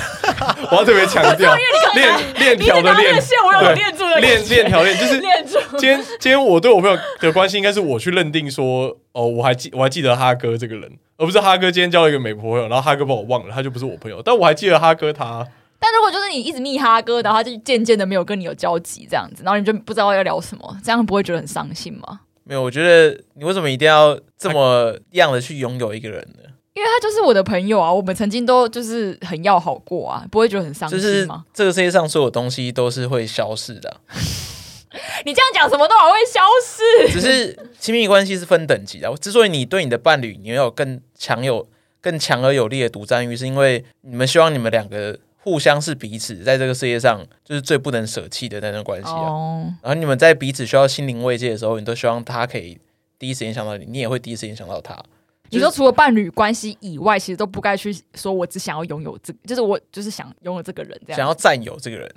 Speaker 2: 我要特别强
Speaker 3: <laughs>
Speaker 2: 调，恋链
Speaker 3: 你一直
Speaker 2: 条的
Speaker 3: 拿那
Speaker 2: 链
Speaker 3: 个，线，我有
Speaker 2: 对
Speaker 3: 种练住的
Speaker 2: 恋恋条恋，就是
Speaker 3: 练住。
Speaker 2: 今天今天我对我朋友的关系，应该是我去认定说，哦，我还记我还记得哈哥这个人，而不是哈哥今天交了一个美国朋友，然后哈哥把我忘了，他就不是我朋友，但我还记得哈哥他。
Speaker 3: 但如果就是你一直密哈哥，然后他就渐渐的没有跟你有交集这样子，然后你就不知道要聊什么，这样不会觉得很伤心吗？
Speaker 1: 没有，我觉得你为什么一定要这么样的去拥有一个人呢？
Speaker 3: 因为他就是我的朋友啊，我们曾经都就是很要好过啊，不会觉得很伤
Speaker 1: 就是
Speaker 3: 心吗？
Speaker 1: 这个世界上所有东西都是会消逝的啊、
Speaker 3: 你这样讲什么都好会消失，
Speaker 1: 只
Speaker 3: <laughs>
Speaker 1: 是亲密关系是分等级的啊。之所以你对你的伴侣你要有更强有更强而有力的独占欲，是因为你们希望你们两个互相是彼此在这个世界上就是最不能舍弃的那段关系啊。
Speaker 3: 哦，
Speaker 1: 然后你们在彼此需要心灵慰藉的时候，你都希望他可以第一时间想到你，你也会第一时间想到他。
Speaker 3: 你
Speaker 1: 就
Speaker 3: 说
Speaker 1: 是
Speaker 3: 除了伴侣关系以外，其实都不该去说我只想要拥有这，就是我就是想拥有这个人，这
Speaker 1: 想
Speaker 3: 样
Speaker 1: 要占有这个人，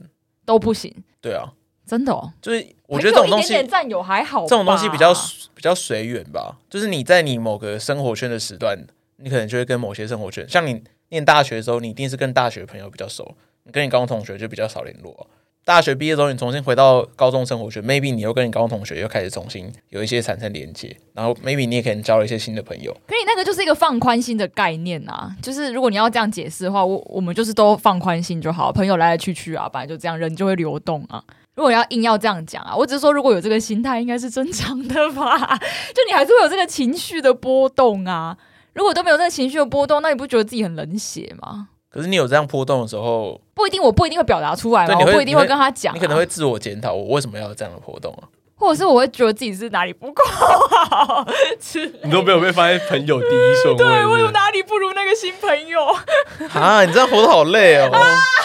Speaker 3: 都不行，
Speaker 1: 对啊，
Speaker 3: 真的哦。
Speaker 1: 就是我觉得这
Speaker 3: 朋
Speaker 1: 种
Speaker 3: 友
Speaker 1: 东
Speaker 3: 一
Speaker 1: 西
Speaker 3: 点点占有还好吧，
Speaker 1: 这种东西比较比较随缘吧，就是你在你某个生活圈的时段，你可能就会跟某些生活圈，像你念大学的时候，你一定是跟大学朋友比较熟，你跟你高中同学就比较少联络啊、大学毕业之后，你重新回到高中生活圈，maybe 你又跟你高中同学又开始重新有一些产生连接，然后 maybe 你也可能交了一些新的朋友。
Speaker 3: 可你那个就是一个放宽心的概念啊，就是如果你要这样解释的话，我我们就是都放宽心就好，朋友来来去去啊，本来就这样，人就会流动啊。如果要硬要这样讲啊，我只是说如果有这个心态，应该是正常的吧？ <laughs> 就你还是会有这个情绪的波动啊。如果都没有这个情绪的波动，那你不觉得自己很冷血吗？
Speaker 1: 可是你有这样波动的时候，
Speaker 3: 不一定，我不一定会表达出来
Speaker 1: 对
Speaker 3: 嘛，
Speaker 1: 你
Speaker 3: 我
Speaker 1: 会
Speaker 3: 不一定会跟他讲、啊，
Speaker 1: 你可能会自我检讨，我为什么要有这样的波动
Speaker 3: <laughs>
Speaker 1: 啊？
Speaker 3: 或者是我会觉得自己是哪里不够好，是
Speaker 2: 你都没有被放在朋友第一顺位，
Speaker 3: <laughs> 对
Speaker 2: 是不
Speaker 3: 我
Speaker 2: 是
Speaker 3: 有哪里不如那个新朋
Speaker 1: <laughs>
Speaker 3: 友？
Speaker 1: 啊，你这样活得好累哦。 <laughs>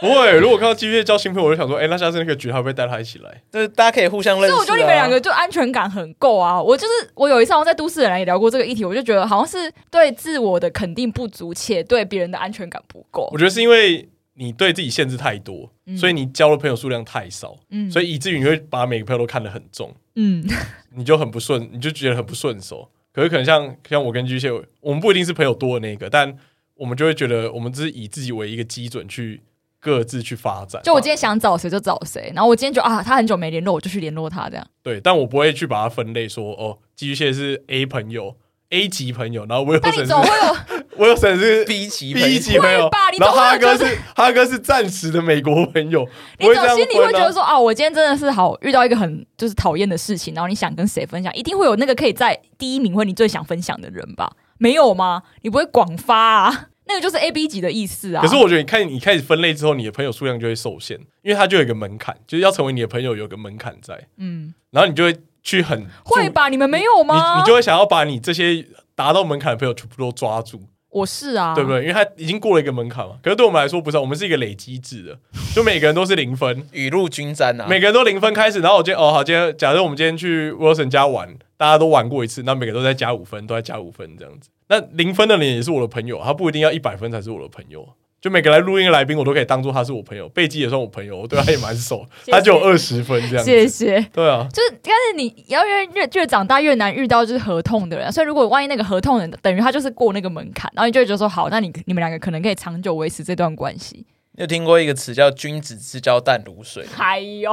Speaker 2: 不会，如果看到继续交新朋友，我就想说，哎、那下次那个局还会不会带他一起来？
Speaker 1: 就是大家可以互相认
Speaker 3: 所以
Speaker 1: 识、啊。
Speaker 3: 我觉得你们两个就安全感很够啊。我就是我有一次好像在都市人来也聊过这个议题，我就觉得好像是对自我的肯定不足，且对别人的安全感不够
Speaker 2: 我。觉得是因为你对自己限制太多，
Speaker 3: 嗯
Speaker 2: 所以你交的朋友数量太少，
Speaker 3: 嗯
Speaker 2: 所以以至于你会把每个朋友都看得很重，
Speaker 3: 嗯，
Speaker 1: 哦
Speaker 2: 你就很不顺，你就觉得很不顺手。可是可能像像我跟巨蟹，我们不一定是朋友多的那个，但我们就会觉得我们只是以自己为一个基准去各自去发展。
Speaker 3: 就我今天想找谁就找谁，然后我今天就啊，他很久没联络，我就去联络他这样。
Speaker 2: 对，但我不会去把它分类说，哦，巨蟹是 A 朋友。A 级朋友，然后
Speaker 3: 但你
Speaker 2: Wilson <laughs>
Speaker 3: 总会
Speaker 2: 是
Speaker 3: 有
Speaker 2: Wilson
Speaker 3: <laughs>
Speaker 2: 是
Speaker 1: B 级朋友
Speaker 2: B 级朋友
Speaker 3: 会吧你，
Speaker 2: 然后
Speaker 3: 总会
Speaker 2: 哈
Speaker 3: 觉
Speaker 2: 哥
Speaker 3: 得
Speaker 2: 是哈哥是暂时的美国朋友，
Speaker 3: 你
Speaker 2: 不会这
Speaker 3: 总
Speaker 2: 样
Speaker 3: 心里会
Speaker 2: 分啊
Speaker 3: 觉得说啊，我今天真的是好遇到一个很就是讨厌的事情，然后你想跟谁分享，一定会有那个可以在第一名或你最想分享的人吧？没有吗？你不会广
Speaker 2: <laughs>
Speaker 3: 发啊？那个就是 A B 级的意思啊。
Speaker 2: 可是我觉得你看你开始分类之后，你的朋友数量就会受限，因为它就有一个门槛，就是要成为你的朋友有个门槛在，
Speaker 3: 嗯，
Speaker 2: 然后你就会去很
Speaker 3: 会吧？你们没有
Speaker 2: 注？你
Speaker 3: 吗？
Speaker 2: 你就会想要把你这些达到门槛的朋友全部都抓住，
Speaker 3: 我是啊，
Speaker 2: 对不？对？因为它已经过了一个门槛嘛。可是对我们来说不是啊，我们是一个累积制的，就每个人都是零分，
Speaker 1: 雨露均沾啊。
Speaker 2: 每个人都零分开始。然后我今天哦好，今天假设我们今天去 Wilson 家玩，大家都玩过一次，那每个人都在加五分，都在加五分这样子。那零分的人也是我的朋友，他不一定要一百分才是我的朋友。就每个来录音的来宾，我都可以当做他是我朋友，贝基也算我朋友，我对他也蛮熟，
Speaker 3: 谢谢
Speaker 2: 他就有二十分这样
Speaker 3: 谢
Speaker 2: 子。
Speaker 3: 谢。
Speaker 2: 对啊，
Speaker 3: 就是，但是你要越越越长大越难遇到就是合痛的人，啊所以如果万一那个合痛的人等于他就是过那个门槛，然后你就会觉得说好，那你你们两个可能可以长久维持这段
Speaker 2: <laughs>
Speaker 3: 关系。
Speaker 1: 你有听过一个词叫“君子之交淡如
Speaker 3: <laughs>
Speaker 1: 水
Speaker 3: 哎呦，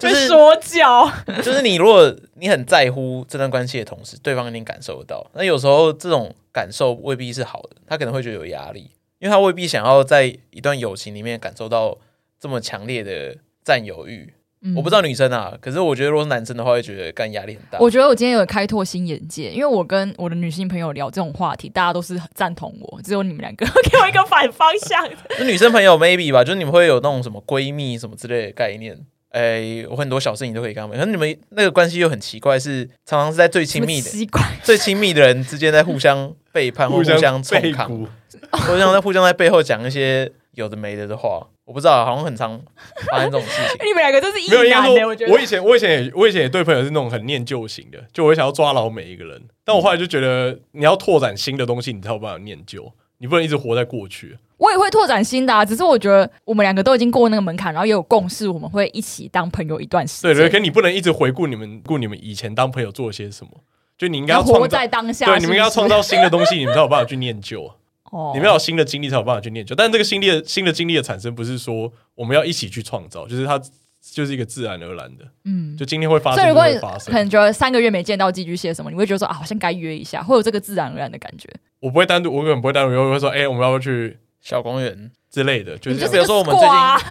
Speaker 1: 就是
Speaker 3: 说教，”，
Speaker 1: 就是你如果你很在乎这段关系的同时，对方一定感受得到。那有时候这种感受未必是好的，他可能会觉得有压力，因为他未必想要在一段友情里面感受到这么强烈的占有欲。我不知
Speaker 3: 道。
Speaker 1: 道女生啊，可是我觉得如果是男生的话，会觉得干压力很大。
Speaker 3: 我觉得我今天有开拓新眼界，因为我跟我的女性朋友聊这种话题，大家都是很赞同我，只有你们两个 <laughs> 给我一个反方向。
Speaker 1: 就女生朋友 maybe 吧，就是你们会有那种什么闺蜜什么之类的概念。哎，我很多小事情都可以跟他们，可是你们那个关系又很奇怪，是常常是在最亲密
Speaker 3: 什
Speaker 1: 的
Speaker 3: 么、奇怪，
Speaker 1: 最亲密的人之间在互相背叛或互相
Speaker 2: 背
Speaker 1: 冲扛，
Speaker 2: 骨，
Speaker 1: 互相在互相在背后讲一些有的没的的话。我不知道，好像很常发生这种事情。
Speaker 3: 你们两个都是异
Speaker 2: 没有应该
Speaker 3: 男的，我觉
Speaker 2: 说，
Speaker 3: 得
Speaker 2: 我以前我以前也我以前也对朋友是那种很念旧型的，就我会想要抓牢每一个人。但我后来就觉得，你要拓展新的东西，你才有办法念旧，你不能一直活在过去。
Speaker 3: 我也会拓展新的、啊，只是我觉得我们两个都已经过那个门槛，然后也有共识，我们会一起当朋友一段时
Speaker 2: 对
Speaker 3: 间。
Speaker 2: 对，可你不能一直回顾你们顾你们以前当朋友做了些什么，就你应该
Speaker 3: 要
Speaker 2: 要创
Speaker 3: 活
Speaker 2: 造
Speaker 3: 在，当下。
Speaker 2: 对，你们应该要
Speaker 3: 是
Speaker 2: 创
Speaker 3: 不是
Speaker 2: 造新的东西，你们才有办法去念旧啊，
Speaker 3: <laughs> 哦
Speaker 2: 你们要有新的经历才有办法去念旧。但这个新的新的经历的产生，不是说我们要一起去创造，就是它就是一个自然而然的，
Speaker 3: 嗯。
Speaker 2: 就今天会发
Speaker 3: 所
Speaker 2: 生就
Speaker 3: 以，如果
Speaker 2: 会
Speaker 3: 你
Speaker 2: 发
Speaker 3: 可
Speaker 2: 生。
Speaker 3: 能觉得三个月没见到寄居蟹什么，你会觉得说啊，好像该约一下，会有这个自然而然的感觉。
Speaker 2: 我不会单独，我可能不会单独约会，我会说，哎，我们要不要去
Speaker 1: 小公园，
Speaker 2: 之类的，就
Speaker 3: 你就是是
Speaker 1: 比如说我们最
Speaker 3: 个 squad 啊
Speaker 1: 近，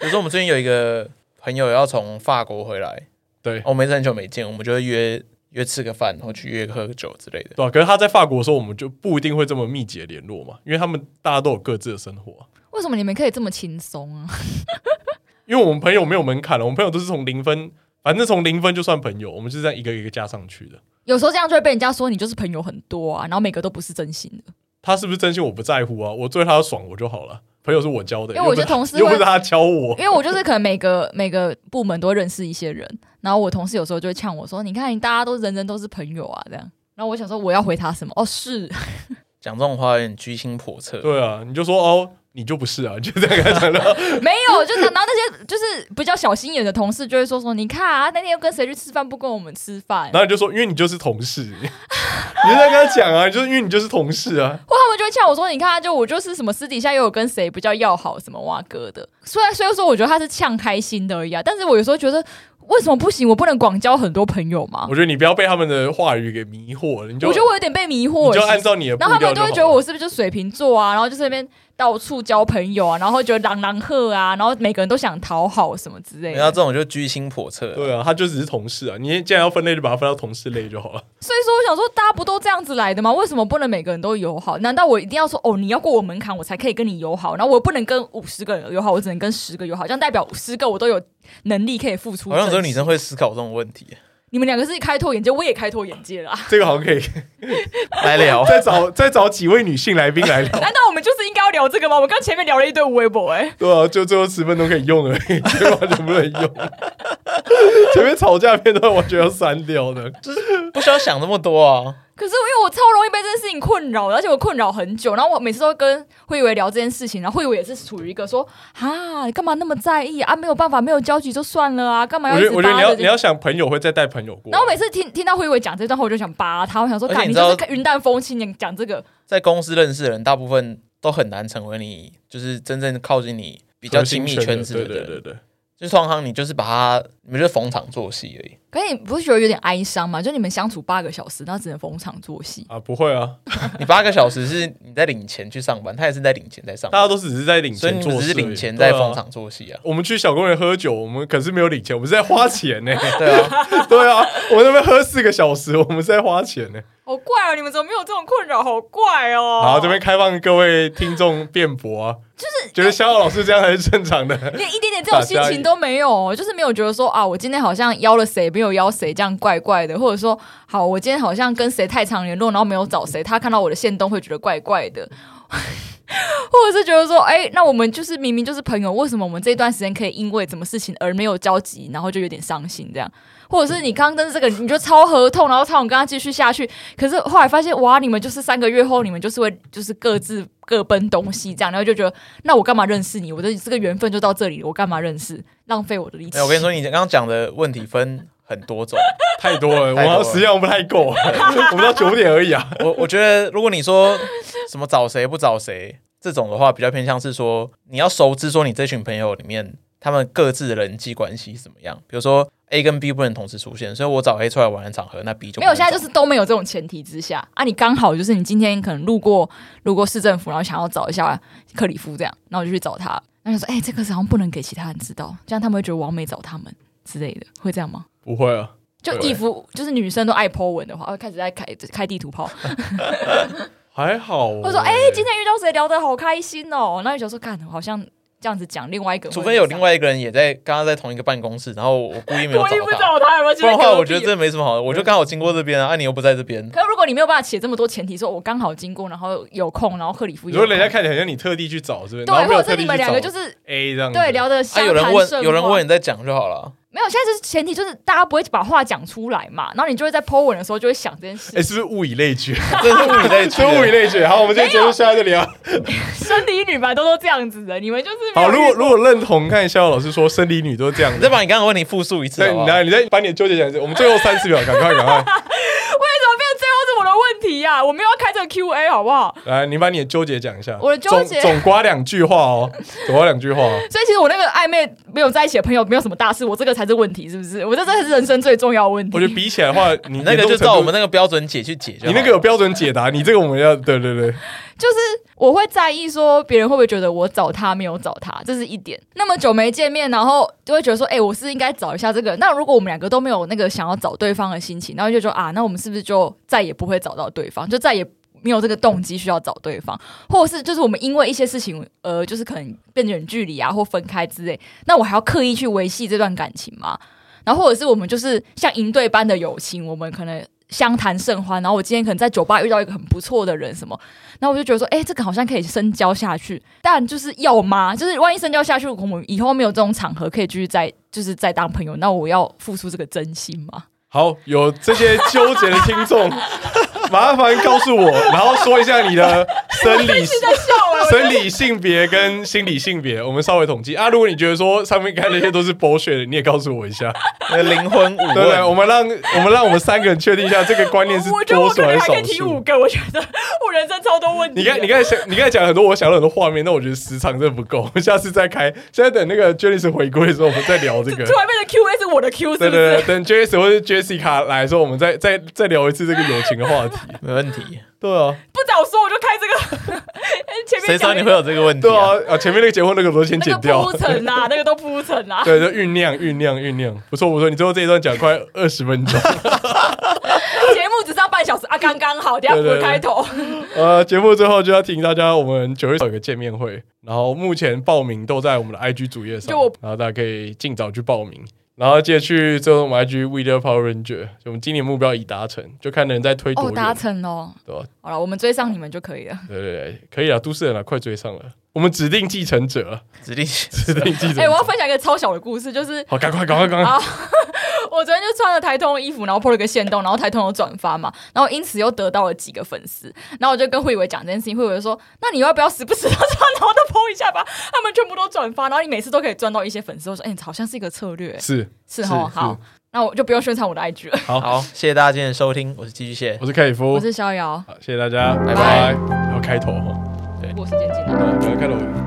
Speaker 1: 比如说我们最近有一个朋友要从法国回来，
Speaker 2: 对。啊
Speaker 1: 我们也是很久没见，我们就会约约吃个饭，然后去约喝个酒之类的。
Speaker 2: 对、啊，可是他在法国的时候，我们就不一定会这么密集的联络嘛，因为他们大家都有各自的生活啊、
Speaker 3: 为什么你们可以这么轻松啊？
Speaker 2: 因为我们朋友没有门槛了，我们朋友都是从零分，反正从零分就算朋友，我们是这样一个一个加上去的。
Speaker 3: 有时候这样就会被人家说你就是朋友很多啊，然后每个都不是真心的。
Speaker 2: 他是不是真心我不在乎啊，我追他爽我就好了。朋友是我交的，
Speaker 3: 因为
Speaker 2: 又
Speaker 3: 我
Speaker 2: 不
Speaker 3: 觉
Speaker 2: 是
Speaker 3: 得同事啊
Speaker 2: 又不是
Speaker 3: 会
Speaker 2: 他教我
Speaker 3: 因，为我就是可能每个每个部门都认识一些人，然后我同事有时候就会呛我说：“你看，大家都人人都是朋友啊，这样。”然后我想说我要回他什么？哦，是， <laughs>
Speaker 1: 讲这种话有点居心叵测。
Speaker 2: 对啊，你就说哦，你就不是啊，你就这样跟他
Speaker 3: <laughs>
Speaker 2: 讲了。
Speaker 3: 没有，就是然后那些就是比较小心眼的同事就会说说，你看啊，那天又跟谁去吃饭，不跟我们吃饭，
Speaker 2: 然后你就说，因为你就是同事，你就在跟他讲啊，就是因为你就是同事啊，
Speaker 3: 或他们就会呛我说，你看啊，就我就是什么私底下又有跟谁比较要好，什么哇哥的。虽然虽然说我觉得他是呛开心的而已啊，但是我有时候觉得为什么不行？我不能广交很多朋友吗
Speaker 2: 我？觉得你不要被他们的话语给迷惑了，你就
Speaker 3: 我觉得我有点被迷惑了。
Speaker 2: 你就
Speaker 3: 其
Speaker 2: 按
Speaker 3: 实
Speaker 2: 照你的步
Speaker 3: 然后他
Speaker 2: 调
Speaker 3: 们就会
Speaker 2: 好
Speaker 3: 觉
Speaker 2: 了
Speaker 3: 得我是不是就水瓶座啊？然后就在那边到处交朋友啊，然后觉得朗朗赫啊，然后每个人都想讨好什么之类
Speaker 1: 然后
Speaker 2: 啊
Speaker 3: 的。
Speaker 1: 这种就居心叵测。
Speaker 2: 对啊，他就只是同事啊，你既然要分类，就把它分到同事类就好了。
Speaker 3: 所以说，我想想说，大家不都这样子来的吗？为什么不能每个人都友好？难道我一定要说哦，你要过我门槛，我才可以跟你友好？然后我不能跟五十个人友好，我只能跟十个友好，这样代表十个我都有能力可以付出。
Speaker 1: 好像只有女，生会思考这种问题。
Speaker 3: 你们两个是开拓眼界，我也开拓眼界了啊。
Speaker 2: 这个好像可以
Speaker 1: 来聊，
Speaker 2: 再找再找几位女性来宾来聊，
Speaker 3: <laughs> 难道我们就是应该要聊这个吗？我们刚前面聊了一堆微博、哎，
Speaker 2: <laughs> 对啊，就最后十分钟可以用而已， <laughs> 这个完全不能 <laughs> 用。前面吵架片段完全要删掉的，
Speaker 1: 不需要想那么多啊。
Speaker 3: 可是因为我超容易被这件事情困扰的，而且我困扰很久，然后我每次都跟慧以为聊这件事情，然后慧以为也是处于一个说啊，干嘛那么在意啊？没有办法，没有交集就算了啊，干嘛要
Speaker 2: 我
Speaker 3: 一
Speaker 2: 觉
Speaker 3: 直
Speaker 2: 得我觉得啊你
Speaker 3: 扒
Speaker 2: 要
Speaker 3: 着
Speaker 2: 你要想朋友会再带朋友过
Speaker 3: 然，后我每次听听到慧以为讲这段话，我就想扒他，我想说，
Speaker 1: 而且
Speaker 3: 干
Speaker 1: 你
Speaker 3: 你
Speaker 1: 知道
Speaker 3: 就是云淡风轻，你讲这个，
Speaker 1: 在公司认识的人，大部分都很难成为你就是真正靠近你比较亲密圈子的
Speaker 2: 对
Speaker 1: 人。
Speaker 2: 对对对，
Speaker 1: 就是通常你就是把他，你们就是逢场作戏而已。
Speaker 3: 可是你不是觉得有点哀伤吗？就你们相处八个小时，然后只能逢场作戏。
Speaker 2: 啊不会啊，
Speaker 1: 你八个小时是你在领钱去上班，他也是在领钱在上
Speaker 2: 大
Speaker 1: 班，
Speaker 2: 家都只是在领
Speaker 1: 所以
Speaker 2: 钱
Speaker 1: 你
Speaker 2: 做
Speaker 1: 们
Speaker 2: 事而已，
Speaker 1: 只是领钱在逢
Speaker 2: 风
Speaker 1: 场作戏啊。
Speaker 2: 我们去小公园喝酒，我们可是没有领钱，我们是在花钱呢、 <laughs>
Speaker 1: 对啊，
Speaker 2: 对啊，我们那边喝四个小时，我们是在花钱呢、
Speaker 3: 好怪哦！你们怎么没有这种困扰？好怪哦！
Speaker 2: 好，这边开放各位听众辩驳啊，就是觉得逍遥老师这样还是正常的。
Speaker 3: 连一点点这种心情都没有哦，就是没有觉得说啊，我今天好像邀了谁，没有邀谁，这样怪怪的，或者说好，我今天好像跟谁太常联络，然后没有找谁，他看到我的线动会觉得怪怪的， <laughs> 或者是觉得说，哎、那我们就是明明就是朋友，为什么我们这段时间可以因为什么事情而没有交集，然后就有点伤心这样。或者是你刚刚跟这个你就超合同，然后超想跟他继续下去，可是后来发现哇，你们就是三个月后，你们就是会就是各自各奔东西这样，然后就觉得那我干嘛认识你？我的这个缘分就到这里，我干嘛认识？浪费我的力气。
Speaker 1: 哎我跟你，说，你刚刚讲的问题分很多种。
Speaker 2: 太多了，我
Speaker 1: 太多了
Speaker 2: 们时间不太 <laughs> 够，我们到九点而已啊。
Speaker 1: 我我觉得，如果你说什么找谁不找谁这种的话，比较偏向是说你要熟知说你这群朋友里面他们各自的人际关系怎么样。比如说 A 跟 B 不能同时出现，所以我找 A 出来玩的场合，那 B 就不
Speaker 3: 没有，
Speaker 1: 能
Speaker 3: 哎现在
Speaker 1: 找
Speaker 3: 就是都没有这种前提之下啊，你刚好就是你今天可能路过路过市政府，然后想要找一下克里夫这样，然后我就去找他，然后就说哎、这个好像不能给其他人知道，这样他们会觉得王美找他们之类的，会这样吗？
Speaker 2: 不会啊，
Speaker 3: 就
Speaker 2: 对
Speaker 3: 一副就是女生都爱 po 文的话，会开始在开开地图炮，
Speaker 2: 还好、欸
Speaker 3: 或者说哎、今天遇到谁聊得好开心哦，那你就说看好像这样子讲另外一个，
Speaker 1: 除非有另。外一个人也在刚刚在同一个办公室，然后我故意没有
Speaker 3: <laughs> 故
Speaker 1: 找
Speaker 3: 意不
Speaker 1: 他，
Speaker 3: 找他，有没有？
Speaker 1: 不然的话，我觉得这没什么好的。我就刚好经过这边啊，啊你又不在这边，
Speaker 3: 可如果你没有办法写这么多前提，说我刚好经过，然后有空，然后克里夫
Speaker 2: 如
Speaker 3: 也
Speaker 2: 果
Speaker 3: 有空，
Speaker 2: 人家看起来像你特地去找，是不是？然后
Speaker 3: 对，啊
Speaker 2: 没有
Speaker 3: 或
Speaker 2: 特
Speaker 3: 者是
Speaker 2: 地
Speaker 3: 你
Speaker 2: 去
Speaker 3: 们两个
Speaker 2: 找
Speaker 3: 就是
Speaker 2: A 这样子，
Speaker 3: 对聊的
Speaker 1: 啊，有人问，有人问，你在讲就好了。
Speaker 3: 没有？现在就是前提就是大家不会把话讲出来嘛，然后你就会在 po 文的时候就会想这件事
Speaker 2: 哎、，是不是物以类聚？
Speaker 1: 真是物以类啊
Speaker 2: <laughs>
Speaker 1: 聚
Speaker 2: 真物以类聚。好，我们今天节目先到这里啊。
Speaker 3: <laughs> 生理女版都都这样子的，你们就是
Speaker 2: 好，
Speaker 3: 没有
Speaker 2: 如果如果认同，看逍遥老师说生理女都这样
Speaker 1: 你
Speaker 2: 子
Speaker 1: 再。把你刚刚的问题复述一次
Speaker 2: 对，
Speaker 1: 好不
Speaker 2: <laughs> 你
Speaker 1: 好
Speaker 3: 啊
Speaker 2: 来，你再把你的纠结讲一次。我们最后三十秒，赶快，赶 <laughs> 快，
Speaker 3: 为什么变成最后是我的问题呀、我没有要开这个 Q&A 好不好？
Speaker 2: 来，你把你的纠结讲一下。
Speaker 3: 我的纠结
Speaker 2: 总总刮两句话哦，总刮两句话哦。
Speaker 3: <laughs> 所以其实我那个暧昧没有在一起的朋友没有什么大事，我这个才是问题，是不是？我这真的是人生最重要的问题。
Speaker 2: 我觉得比起来的话，你
Speaker 1: 你那个就
Speaker 2: 严重程度
Speaker 1: 照我们那个标准解去解就好
Speaker 2: 你那个有标准解答，你这个我们要对对对，
Speaker 3: 就是我会在意说别人会不会觉得我找他没有找他，这是一点。那么久没见面，然后就会觉得说，哎、我是应该找一下这个人。那如果我们两个都没有那个想要找对方的心情，然后就说啊，那我们是不是就再也不会找到对方，就再也没有这个动机需要找对方，或者是就是我们因为一些事情，呃，就是可能变远距离啊，或分开之类，那我还要刻意去维系这段感情吗？然后或者是我们就是像营队般的友情，我们可能相谈甚欢，然后我今天可能在酒吧遇到一个很不错的人什么，然后我就觉得说，哎、这个好像可以深交下去，但就是要吗？就是万一深交下去，我们以后没有这种场合可以继续再就是再当朋友，那我要付出这个真心吗？
Speaker 2: 好，有这些纠结的听众，
Speaker 3: <laughs>
Speaker 2: 麻烦告诉我，然后说一下你的生理。生理性别跟心理性别，我们稍微统计啊。如果你觉得说上面看那些都是 bullshit 的，你也告诉我一下。
Speaker 1: 那个灵魂舞
Speaker 2: 对对，
Speaker 1: 问，
Speaker 2: 我们让我们让我们三个人确定一下这个观念是
Speaker 3: 我觉得
Speaker 2: 多
Speaker 3: 我
Speaker 2: 数
Speaker 3: 可
Speaker 2: 还
Speaker 3: 能
Speaker 2: 是
Speaker 3: 还
Speaker 2: 少
Speaker 3: 可以提五
Speaker 2: 数。
Speaker 3: 个，我觉得我人生超多问题。
Speaker 2: 你刚你刚才想你刚才讲很多，我想到很多画面，那我觉得时长真的不够，我下次再开。现在等那个 Janice 回归的时候，我们再聊这个。
Speaker 3: <laughs> 突然变成 Q A 是我的 Q 是不
Speaker 2: 对
Speaker 3: 是？
Speaker 2: 对对，等 Janice 或者 Jessica 来的时候，我们再再再聊一次这个友情的话题。
Speaker 1: 没问题。
Speaker 2: 对啊，
Speaker 3: 不早说我就开这个， <laughs> 前
Speaker 1: 谁
Speaker 3: 面
Speaker 1: 知道
Speaker 3: 讲
Speaker 1: 你会有这个问题
Speaker 2: 对啊
Speaker 3: <laughs>
Speaker 1: 啊？，
Speaker 2: 啊前面那个结婚那个都先
Speaker 3: 那
Speaker 2: 剪
Speaker 3: 个
Speaker 2: 掉
Speaker 3: 铺。陈啊，那个都铺陈啊。
Speaker 2: <laughs> 对，
Speaker 3: <laughs>
Speaker 2: 就酝酿酝酿酝酿，不错不错，你最后这一段讲快二十分钟。
Speaker 3: 节目只上半小时啊，刚刚好，等一下
Speaker 2: 对对
Speaker 3: 补开头。 <laughs>
Speaker 2: 呃，节目最后就要提醒大家，我们九月有个见面会，然后目前报名都在我们的 IG 主页上
Speaker 3: 就我，
Speaker 2: 然后大家可以尽早去报名，然后记得去追踪我们 IG We the Power Ranger，就我们今年目标已达成，就看能再推多
Speaker 3: 哦，
Speaker 2: 远，
Speaker 3: 达成哦，
Speaker 2: 对吧？
Speaker 3: 好了，我们追上你们就可以了。
Speaker 2: 对对对，可以了，都市人了，快追上了，我们指定继承者了，
Speaker 1: 指定
Speaker 2: 指定继承者，
Speaker 3: 哎、我要分享一个超小的故事，就是
Speaker 2: 好，赶快赶快赶快
Speaker 3: 好，我昨天就穿了台通的衣服，然后破了个线洞，然后台通有转发嘛，然后因此又得到了几个粉丝。然后我就跟慧伟讲这件事情，慧伟就说：“那你要不要时不时的 <laughs> 穿，然后再 PO 一下吧？他们全部都转发，然后你每次都可以赚到一些粉丝。”我说：“哎、好像是一个策略，
Speaker 2: 是
Speaker 3: 是
Speaker 2: 是
Speaker 3: 哦，好，那我就不用宣传我的 IG 了。
Speaker 1: 好，谢谢大家今天的收听，我是寄居蟹，
Speaker 2: 我是凯夫
Speaker 3: 我，是逍遥，
Speaker 2: 好，谢谢大家，
Speaker 1: 拜嗯
Speaker 2: 拜拜，要开头哦，
Speaker 3: 我是简静啊。
Speaker 2: 对，要开头。